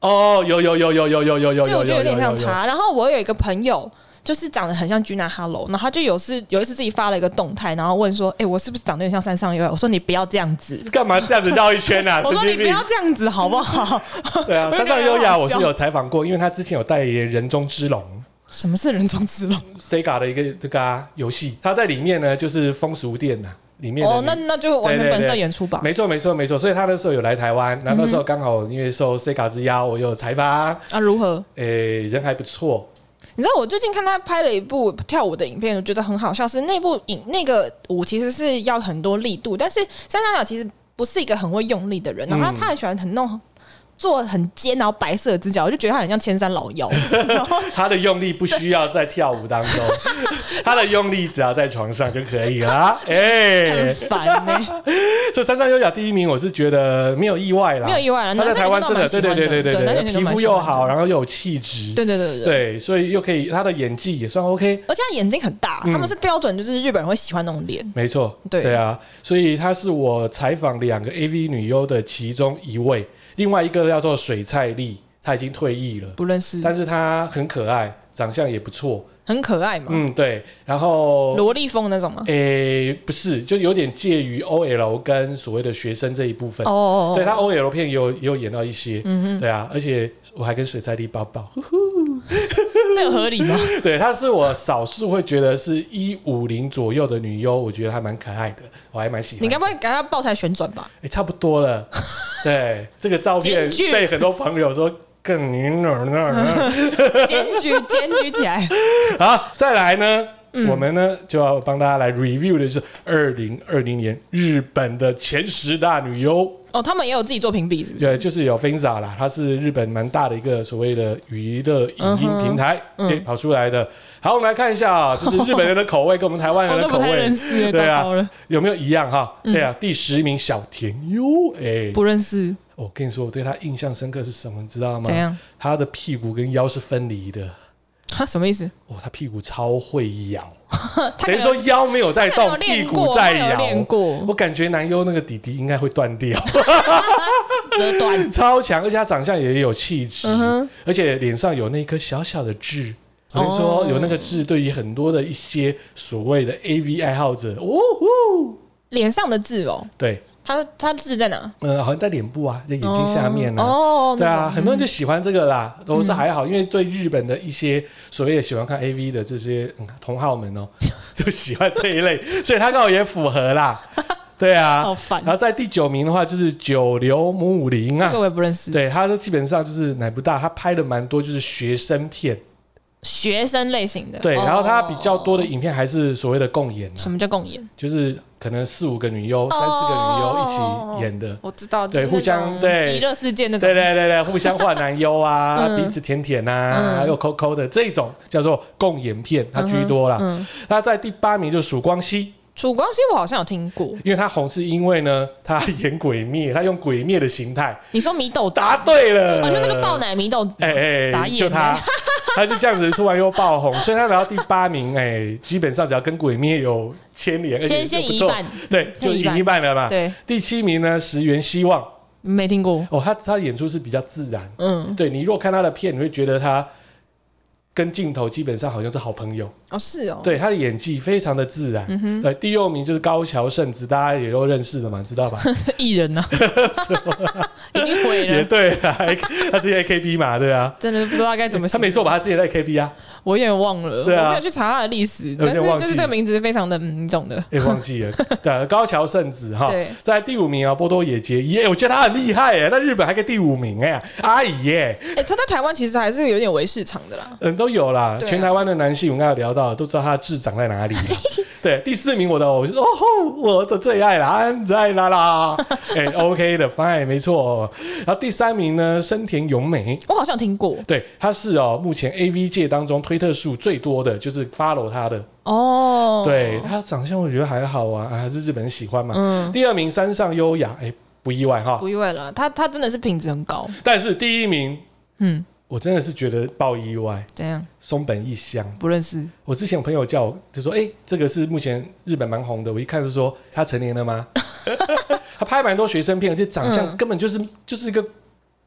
哦，有有有有有有有有
对，
有，
我觉得有点像
有。有有
他。然后我有一个朋友，就是长得很像 Gina Hello，然后他就有次有一次自己发了一个动态，然后问说：“哎、我是不是长得有点像山上优雅？”我说：“你不要这样子。”
干嘛这样子绕一圈啊？
我
神
说你
经
不
病
要！这样子好不 好？
对啊，
我就
山
觉得很
上优雅
好
我是
笑
有采访过，因为她之前有代言人中之龙
什么是人中之龙？
Sega 的一个这个啊游戏，她在里面呢就是风俗店呐、里面的
哦，
女
那那就完全本色演出吧。
没错没错没错，所以她那时候有来台湾，然后
嗯
那时候刚好因为受 Sega 之邀，我有采访，
啊，如何？
诶、人还不错，
你知道我最近看他拍了一部跳舞的影片，我觉得很好笑。是那部影那个舞其实是要很多力度，但是三三角其实不是一个很会用力的人，然后他
嗯
他很喜欢很弄做很尖，然后白色的指甲，我就觉得他很像千山老妖。然后
他的用力不需要在跳舞当中， 他的用力只要在床上就可以了。哎、
很 烦呢、欸
啊所以三上优雅第一名，我是觉得没有意外啦，
没有意外啦啊
他在台湾真的，
男生
对对
女
对
生都
对
蛮
对
喜欢的对男
对，
生女生
皮
都蛮
肤
喜
又
欢的
好，然后又有气质，
对对对对对。
对，所以又可以，他的演技也算 OK。
而且他眼睛很大，他们是标准，就是日本人会喜欢那种脸。
没错，
对
啊，所以她是我采访两个 AV 女优的其中一位，另外一个叫做水菜丽，她已经退役了，
不认识，
但是她很可爱，长相也不错，
很可爱嘛，
嗯，对，然后
萝莉风那种嘛。
诶、不是，就有点介于 OL 跟所谓的学生这一部分。
哦嗯哦
嗯对
哦，
他 OL 片也有也有演到一些，对啊，而且我还跟水菜丽抱抱。
这个合理吗？
对，她是我少数会觉得是一五零左右的女优，我觉得还蛮可爱的，我还蛮喜欢的。
你该不会给他抱起来旋转吧？
哎、差不多 了。对，这个照片
检举
被很多朋友说更女哪儿哪儿 哪儿。
检举检举起来，
好，再来呢，
嗯
我们呢就要帮大家来 review 的是二零二零年日本的前十大女优。
哦，他们也有自己做评比，是不是？
对，就是有 Finza 啦，它是日本蛮大的一个所谓的娱乐影音平台，
嗯
哎、跑出来的。好，我们来看一下 啊、就是日本人的口味跟我们台湾人
我
的
哦都
啊口
不太
味
认，识，糟
对啊
糕了，嗯
有没有一样哈？对啊，第十名小田优，哎、
不认识，
我哦跟你说，我对他印象深刻是什么，你知道吗？
怎样？
他的屁股跟腰是分离的。
他什么意思？
哇，他屁股超会摇，
他
等
可
于
能
说腰没有在
他可能有
动，屁
练
股
过
在
他有
摇
练过。
我感觉男优那个底底应该会断掉，
折断，
超强，而且他长相也有气质
嗯哼，
而且脸上有那一颗小小的痣。我跟你说，
哦
有那个痣，对于很多的一些所谓的 A V 爱好者，哦呼，
脸上的痣哦，
对，
他他痣在哪？
嗯，好像在脸部啊，在眼睛下面呢、啊。
哦，
对啊，
那种嗯
很多人就喜欢这个啦，都是还好，因为对日本的一些所谓的喜欢看 AV 的这些、嗯、同好们哦、 就喜欢这一类， 所以他刚好也符合啦。对啊，
好烦
然后在第九名的话就是九流母林
这
啊
个，我也不认识，
对，他就基本上就是奶不大，他拍的蛮多就是学生片，
学生类型的，
对，
哦
然后他比较多的影片还是所谓的共演、啊
什，么叫共演？
就是可能四五个女
哦
优、三四个女优一起演的。
我知道，
对
就是那种
互相对
极热事件那种，
对对对对，互相换男优啊，
嗯
彼此舔舔啊，
嗯
又抠抠的这种叫做共演片，它居多啦。
嗯，
那在第八名就是曙光熙，
楚光熙我好像有听过，
因为他红是因为呢，他演鬼灭，他用鬼灭的形态，
你说米豆子，
答对了，
哦，就那个爆，奶米豆子，
呃哎哎，
傻
就
眼
他
欸，。
他就这样子突然又爆 红，所以他拿到第八名，哎、基本上只要跟鬼灭有牵连，而且
先先
就不
一
错
半，
对，就
先一
赢
半
一半了嘛。
对，
第七名呢，石原希望，
没听过，
哦，他他演出是比较自然，
嗯，
对你如果看他的片，你会觉得他跟镜头基本上好像是好朋友。
哦是哦，
对他的演技非常的自然。呃，第六名就是高桥圣子，大家也都认识的嘛，知道吧？
艺人 呐，
啊
已经毁
也
了，
对啊，他之前 AKB 嘛，对啊。
真的不知道该怎么，
他没错吧？？他之前在 KB 啊，
我有点忘了，
对啊
我没有去查他的历史，
有
但
点
是
忘
就
记
是这个名字非常的，嗯你懂的。
哎、忘记了。对、啊，高桥圣子哈
对，
在第五名啊，波多野结衣，耶，我觉得他很厉害耶。那日本还可以第五名哎，阿姨耶，
哎，他在台湾其实还是有点为市场的啦，
嗯，都有啦。
对啊
全台湾的男性，我们刚才有聊到，都知道他的智长 在哪里。对，第四名我的偶像，哦吼，我的最爱啦，安在 啦啦，哎、o k 的，fine，没错。然后第三名呢，深田咏美，
我好像有听过
对，她是哦，目前 A V 界当中推特数最多的，就是 follow 她的。
哦，
对，她长相我觉得还好啊，啊还是日本人喜欢嘛。
嗯
第二名山上优雅，哎、不意外哈
不。意外啦，他他真的是品质很高，
但是第一名，
嗯，
我真的是觉得爆意外，
怎样
松本一香。
不认识？
我之前有朋友叫我，就说：“哎、这个是目前日本蛮红的。”我一看就说：“他成年了吗？” 他拍蛮多学生片，而且长相
嗯
根本就是、就是一个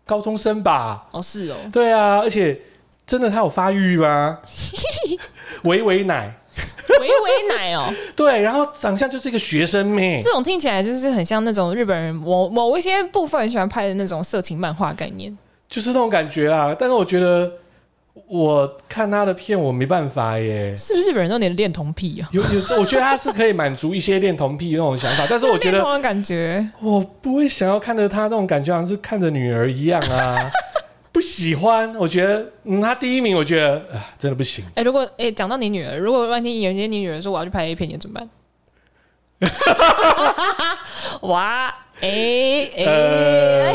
高中生吧？
哦是哦，
对啊，而且真的他有发育吗？维维奶
维维奶哦，
对，然后长相就是一个学生妹
这，种听起来就是很像那种日本人某某一些部分很喜欢拍的那种色情漫画概念。
就是那种感觉啦。但是我觉得我看他的片，我没办法耶。
是不是日本人都有点恋童癖啊？
有有，我觉得他是可以满足一些恋童癖那种想法，但是我觉
恋
得
童的感觉，
我不会想要看着他那种感觉，好像是看着女儿一样 啊，不喜欢。我觉得，嗯，他第一名，我觉得啊，真的不行。
哎、如果哎讲、到你女儿，如果万一有一天你女儿说我要去拍 A 片，你怎么办？ 哇，哎、哎、
呃，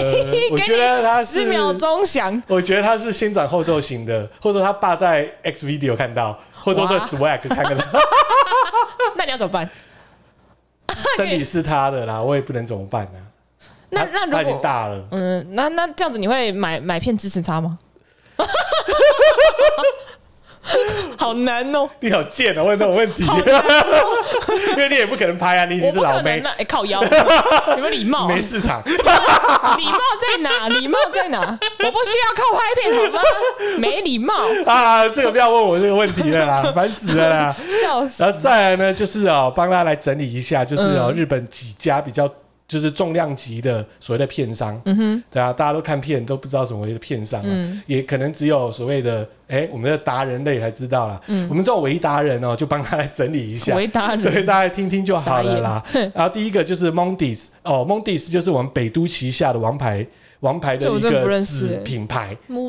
我觉得他是
十秒钟想，
我觉得他是先斩后奏型的，或者他爸在 X Video 看到，或者在
哇
Swag 看到，
那你要怎么办？
身体是他的啦，我也不能怎么办啊。
那
他
那
他
如
已经
果
大了，
嗯，那那这样子你会买买片支持他 吗？好难哦、
你好贱啊！问这种问题， 因为你也不可能拍啊，你已经
我
是
不可
老
能
妹
那、，哎靠腰， 有没有礼貌啊、
没市场。
礼貌在哪？礼貌在哪？我不需要靠拍片好吗？没礼貌，
啊，这个不要问我这个问题了啦，烦死了啦。
笑死！
然后再来呢，就是哦，帮大家来整理一下，就是哦，日本几家比较就是重量级的所谓的片商，嗯哼，对啊，大家都看片都不知道所谓的片商啊，也可能只有所谓的哎，我们的达人类才知道啦。我们这种唯一达人哦，就帮他来整理一下。
回答你，
对，大家听听就好了啦。 然后第一个就是 Mondis，哦，Mondis 就是我们北都旗下的王牌王牌的
这我
一
真的不
个
认识嗯
子
欸
品牌，
Moody's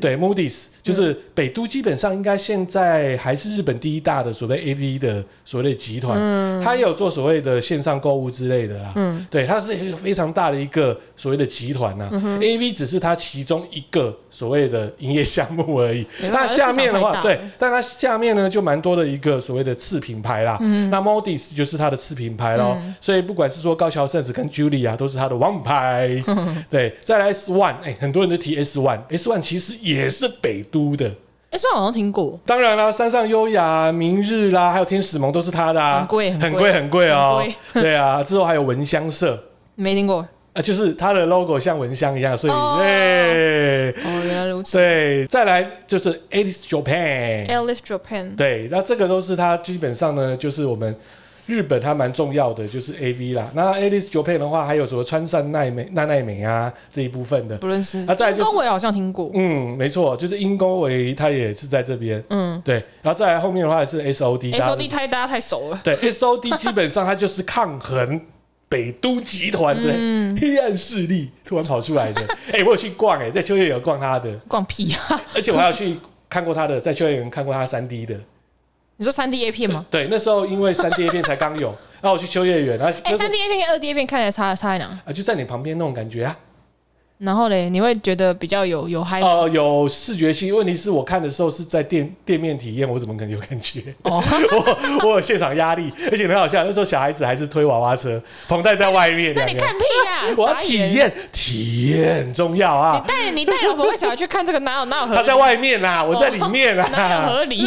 对对，Moody's 就是北都基本上应该现在还是日本第一大的所谓 AV 的所谓的集团，
嗯
它也有做所谓的线上购物之类的啦，对，它是一个非常大的一个所谓的集团
嗯
呐，AV 只是它其中一个所谓的营业项目而已。
没办法
那下面的
市
话，
场太
对
大了，
但它下面呢就蛮多的一个所谓的次品牌啦，
嗯
那 Modis 就是它的次品牌咯，所以不管是说高桥圣子跟 Julia 都是它的王 牌，对，再来 S One，哎，很多人都提 S One，S One 其实也是北都的，
哎、虽然我好像听过，
当然啦，山上优雅、明日啦，还有天使盟都是他的、啊，
很贵
很
很
贵，
贵
很贵哦
很。
对啊，之后还有蚊香社，
没听 过。
啊，就是它的 logo 像蚊香一样，所以
哦
对、
哦，原来如此。
对，再来就是 Alice Japan，、
Alice Japan，
对，那这个都是它基本上呢，就是我们日本它蛮重要的，就是 AV 啦。那 Alice Japan 的话，还有什么川上奈美、奈奈美啊这一部分的，
不认识。
啊再来就是
宫维好像听过。
嗯，没错，就是英沟维它也是在这边，
嗯
对，然后再来后面的话是 SOD，大家
S
都
O D 太大家太熟了。
对 ，SOD 基本上它就是抗衡北都集团的
嗯
黑暗势力突然跑出来的。 哎、我有去逛哎、在秋叶原有逛它的，
逛屁啊！
而且我还有去看过它的，在秋叶原看过它三 D 的。
你说三 D A 片吗？
对，那时候因为三 D 片才刚 有，然后我去秋叶原，然后
哎、
那时
三
候
D A 片跟二 D A 片看起来差差在哪？
啊就在你旁边那种感觉啊。
然后嘞，你会觉得比较有有嗨吗
哦、有视觉性，问题是我看的时候是在店店面体验，我怎么可能有感觉？
哦
我我有现场压力，而且很好笑，那时候小孩子还是推娃娃车，彭带在外面，
那
两
你
个
看屁啊！
我要
傻
体
眼。
验，体验很重要啊
你！带你带老婆跟小孩去看这个，哪有哪有合理？
他在外面啦，我在里面啊
哪有
啦。
合 理？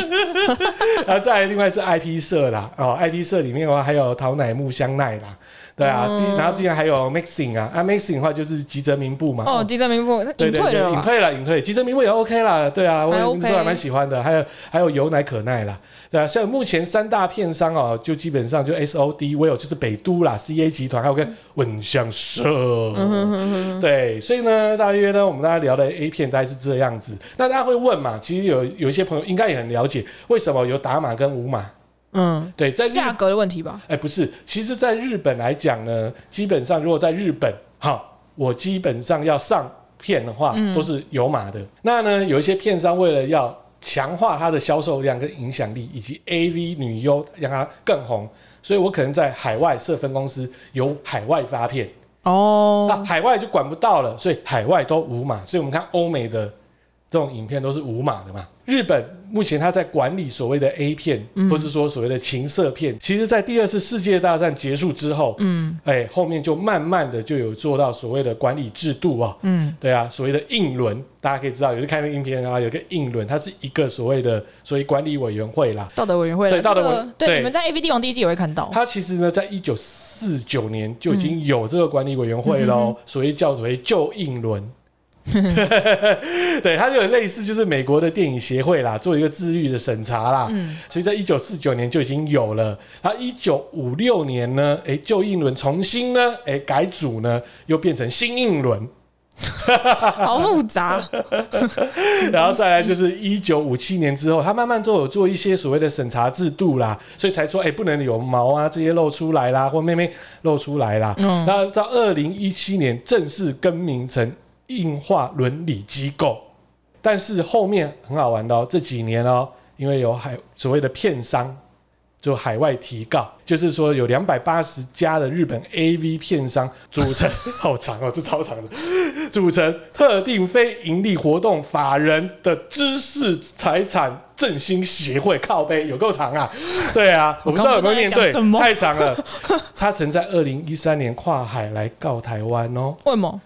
然后再来另外是 IP 社啦，哦，IP 社里面的话还有桃乃木香奈啦，对啊，第然后竟然还有 Mixing 啊，啊 Mixing 的话就是吉泽明步嘛。
哦，金正明不
对
隐
对
退
对
了
隐
吧？
退了，隐退。吉泽明步也 OK 啦，对啊，我
还
也
OK
那时候还蛮喜欢的。还有还有有乃可奈啦，对啊，像目前三大片商哦，就基本上就 SOD、w i l 就是北都啦、CA 集团，还
嗯
有跟稳香社。对，所以呢，大约呢，我们大家聊的 A 片大概是这样子。那大家会问嘛？其实有有一些朋友应该也很了解，为什么有打码跟无码？
嗯，
对，在日
价格的问题吧。
哎，不是，其实在日本来讲呢，基本上如果在日本，好，我基本上要上片的话，都是有码的。那呢，有一些片商为了要强化它的销售量跟影响力，以及 AV 女优让它更红，所以我可能在海外设分公司有海外发片，那
哦，
海外就管不到了，所以海外都无码。所以我们看欧美的这种影片都是无码的嘛。日本目前它在管理所谓的 A 片，
嗯
或是说所谓的情色片，其实在第二次世界大战结束之后，嗯，哎，后面就慢慢的就有做到所谓的管理制度啊，
嗯，
对啊，所谓的印轮，大家可以知道，有些看那个影片啊，有个印轮，它是一个所谓的所谓管理委员会啦，
道德委员会了
对道德委
这个
对
对，你们在 A V 帝王第一季也会看 到。
它其实呢，在一九四九年就已经有这个管理委员会喽，所谓叫为旧印轮。 对，它就有类似就是美国的电影协会啦，做一个自律的审查啦。所以在一九四九年就已经有了。然后一九五六年呢，哎，旧印轮重新呢，哎，改组呢，又变成新印轮。
好复杂，
然后再来就是一九五七年之后，他慢慢都有做一些所谓的审查制度啦，所以才说，哎、不能有毛啊这些露出来啦，或妹妹露出来啦。
嗯
那到二零一七年正式更名成硬化伦理机构，但是后面很好玩的哦，这几年哦，因为有海所谓的片商就海外提告，就是说有两百八十家的日本 AV 片商组成，好长哦，这超长的， 组成特定非盈利活动法人的知识财产振兴协会，靠背有够长啊，对啊，我不知道有没有念 对
我刚刚在讲什，么
太长 了。他曾在二零一三年跨海来告台湾哦，
为什么？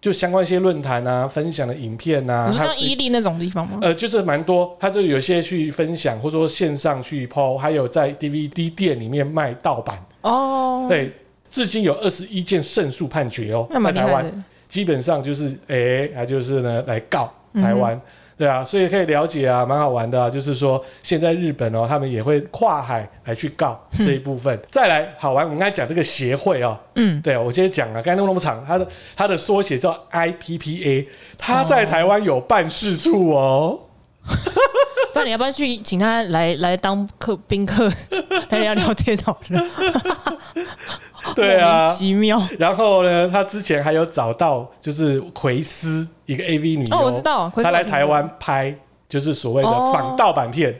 就相关一些论坛啊、分享的影片啊，
你说
还有
像伊利那种地方吗？
呃，就是蛮多，他就有些去分享，或者说线上去抛，还有在 DVD 店里面卖盗版。
哦，，
对，至今有二十一件胜诉判决哦，
那
在
蛮厉
台
害
湾
的。
基本上就是，哎、他就是呢来告
嗯
台湾。对啊，所以可以了解啊，蛮好玩的啊。就是说，现在日本哦，他们也会跨海来去告这一部分。再来，好玩，我们刚才讲这个协会哦，
嗯，
对，我先讲啊，刚才弄那么长，它的它的缩写叫 IPPA，它
哦
在台湾有办事处哦
不然你要不要去请他来来当客宾客来聊聊天好了？
对
莫
啊
名，其妙。
然后呢，他之前还有找到就是奎斯一个 AV 女优，
哦我知道奎斯
她来
我听过
台湾拍就是所谓的
哦
仿盗 版片，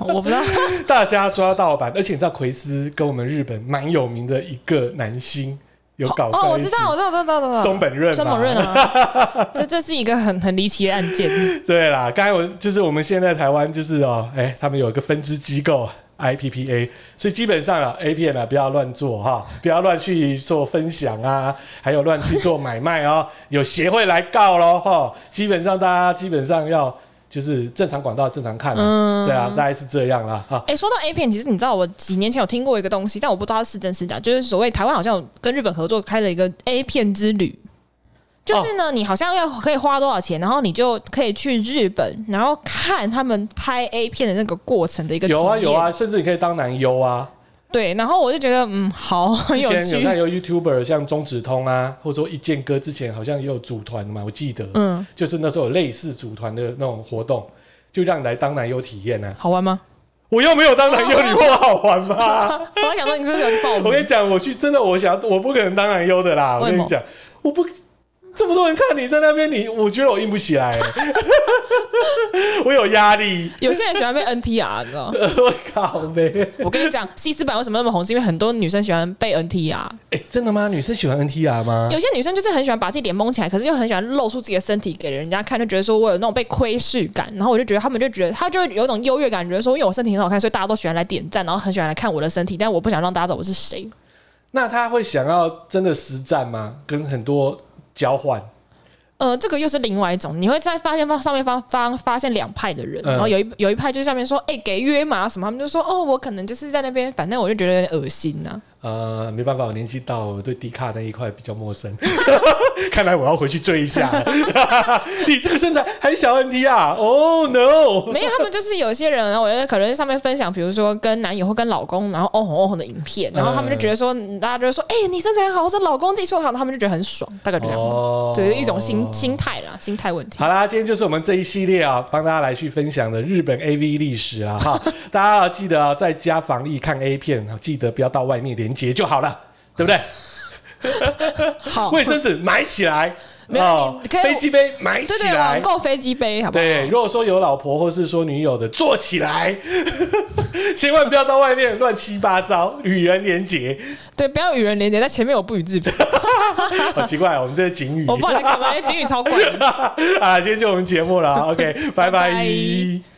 我不知道，
大家抓盗版，而且你知道奎斯跟我们日本蛮有名的一个男星有搞
哦，
在
我
一
知
起，
道，我知道，我知道，我知道，
松本润嘛，
松本润啊，这这是一个很很离奇的案件。
对啦，刚才我就是我们现在台湾就是哦，哎、他们有一个分支机构 IPPA，所以基本上啊，A 片啊不要乱做哈，不要乱去做分享啊，还有乱去做买卖哦， 有协会来告咯哈。基本上大家基本上要就是正常管道正常看、啊，
嗯
对啊，大概是这样啦哈。
哎、说到 A 片，其实你知道我几年前有听过一个东西，但我不知道它是真是假，就是所谓台湾好像有跟日本合作开了一个 A 片之旅。就是
哦
呢，你好像要可以花多少钱，然后你就可以去日本，然后看他们拍 A 片的那个过程的一个
有啊
体
有
验
啊，，甚至你可以当男优啊。
对。然后我就觉得，嗯，好，很
之
有
前有看
趣，
有 YouTuber 像中指通啊，或者说一剑哥之前好像也有组团的嘛，我记得，
嗯，
就是那时候有类似组团的那种活动，就让你来当男优体验啊。
好玩吗？
我又没有当男优，你问我好玩吗？
我还想说你是不是有去报
我跟
名？
你讲，我去真的，我想我不可能当男优的啦。
为
我
什
跟
么
你讲，我不这么多人看你在那边，你我觉得我硬不起来， 我有压力。
有些人喜欢被 NTR，你知道吗？
我靠呗！
我跟你讲，西斯版为什么那么红，是因为很多女生喜欢被 NTR。
哎、真的吗？女生喜欢 NTR 吗？
有些女生就是很喜欢把自己脸蒙起来，可是又很喜欢露出自己的身体给人家看，就觉得说我有那种被窥视感。然后我就觉得他们就觉得他就会有一种优越感，觉得说因为我身体很好看，所以大家都喜欢来点赞，然后很喜欢来看我的身体，但我不想让大家知道我是谁。
那她会想要真的实战吗？跟很多交换？
呃，这个又是另外一种，你会在发现上面发发发现两派的人，
嗯
然后有一有一派就是上面说，哎、给约嘛什么，他们就说，哦，我可能就是在那边，反正我就觉得有点恶心啊呐、
呃，没办法，我年纪到了，我对迪卡那一块比较陌生。 看来我要回去追一下 了。你这个身材还小 NT 啊？Oh no！
没有，他们就是有些人，然后我觉得可能在上面分享，比如说跟男友或跟老公，然后哦红哦红的影片，然后他们就觉得说，大家就会说，哎、你身材很好，我是老公自己说好，他们就觉得很爽，大概就这样吧。
哦
对，一种心心态啦，心态问题。
好啦，今天就是我们这一系列啊，帮大家来去分享的日本 AV 历史啦哈。 大家要记得啊，在家防疫看 A 片，记得不要到外面连接就好了，对不对？
好，
卫生纸买起来，
哦没有
哦
你可以
飞机杯买起
对对，
来
网，购飞机杯，好不好？
对，如果说有老婆或是说女友的，做起来， 千万不要到外面乱七八糟，与人连结。
对，不要与人连接，在前面我不予置评，
好哦奇怪， 我们这是警语。
我不知道你干嘛，因为警语超怪的。
啊，今天就我们节目了，OK，拜拜
拜拜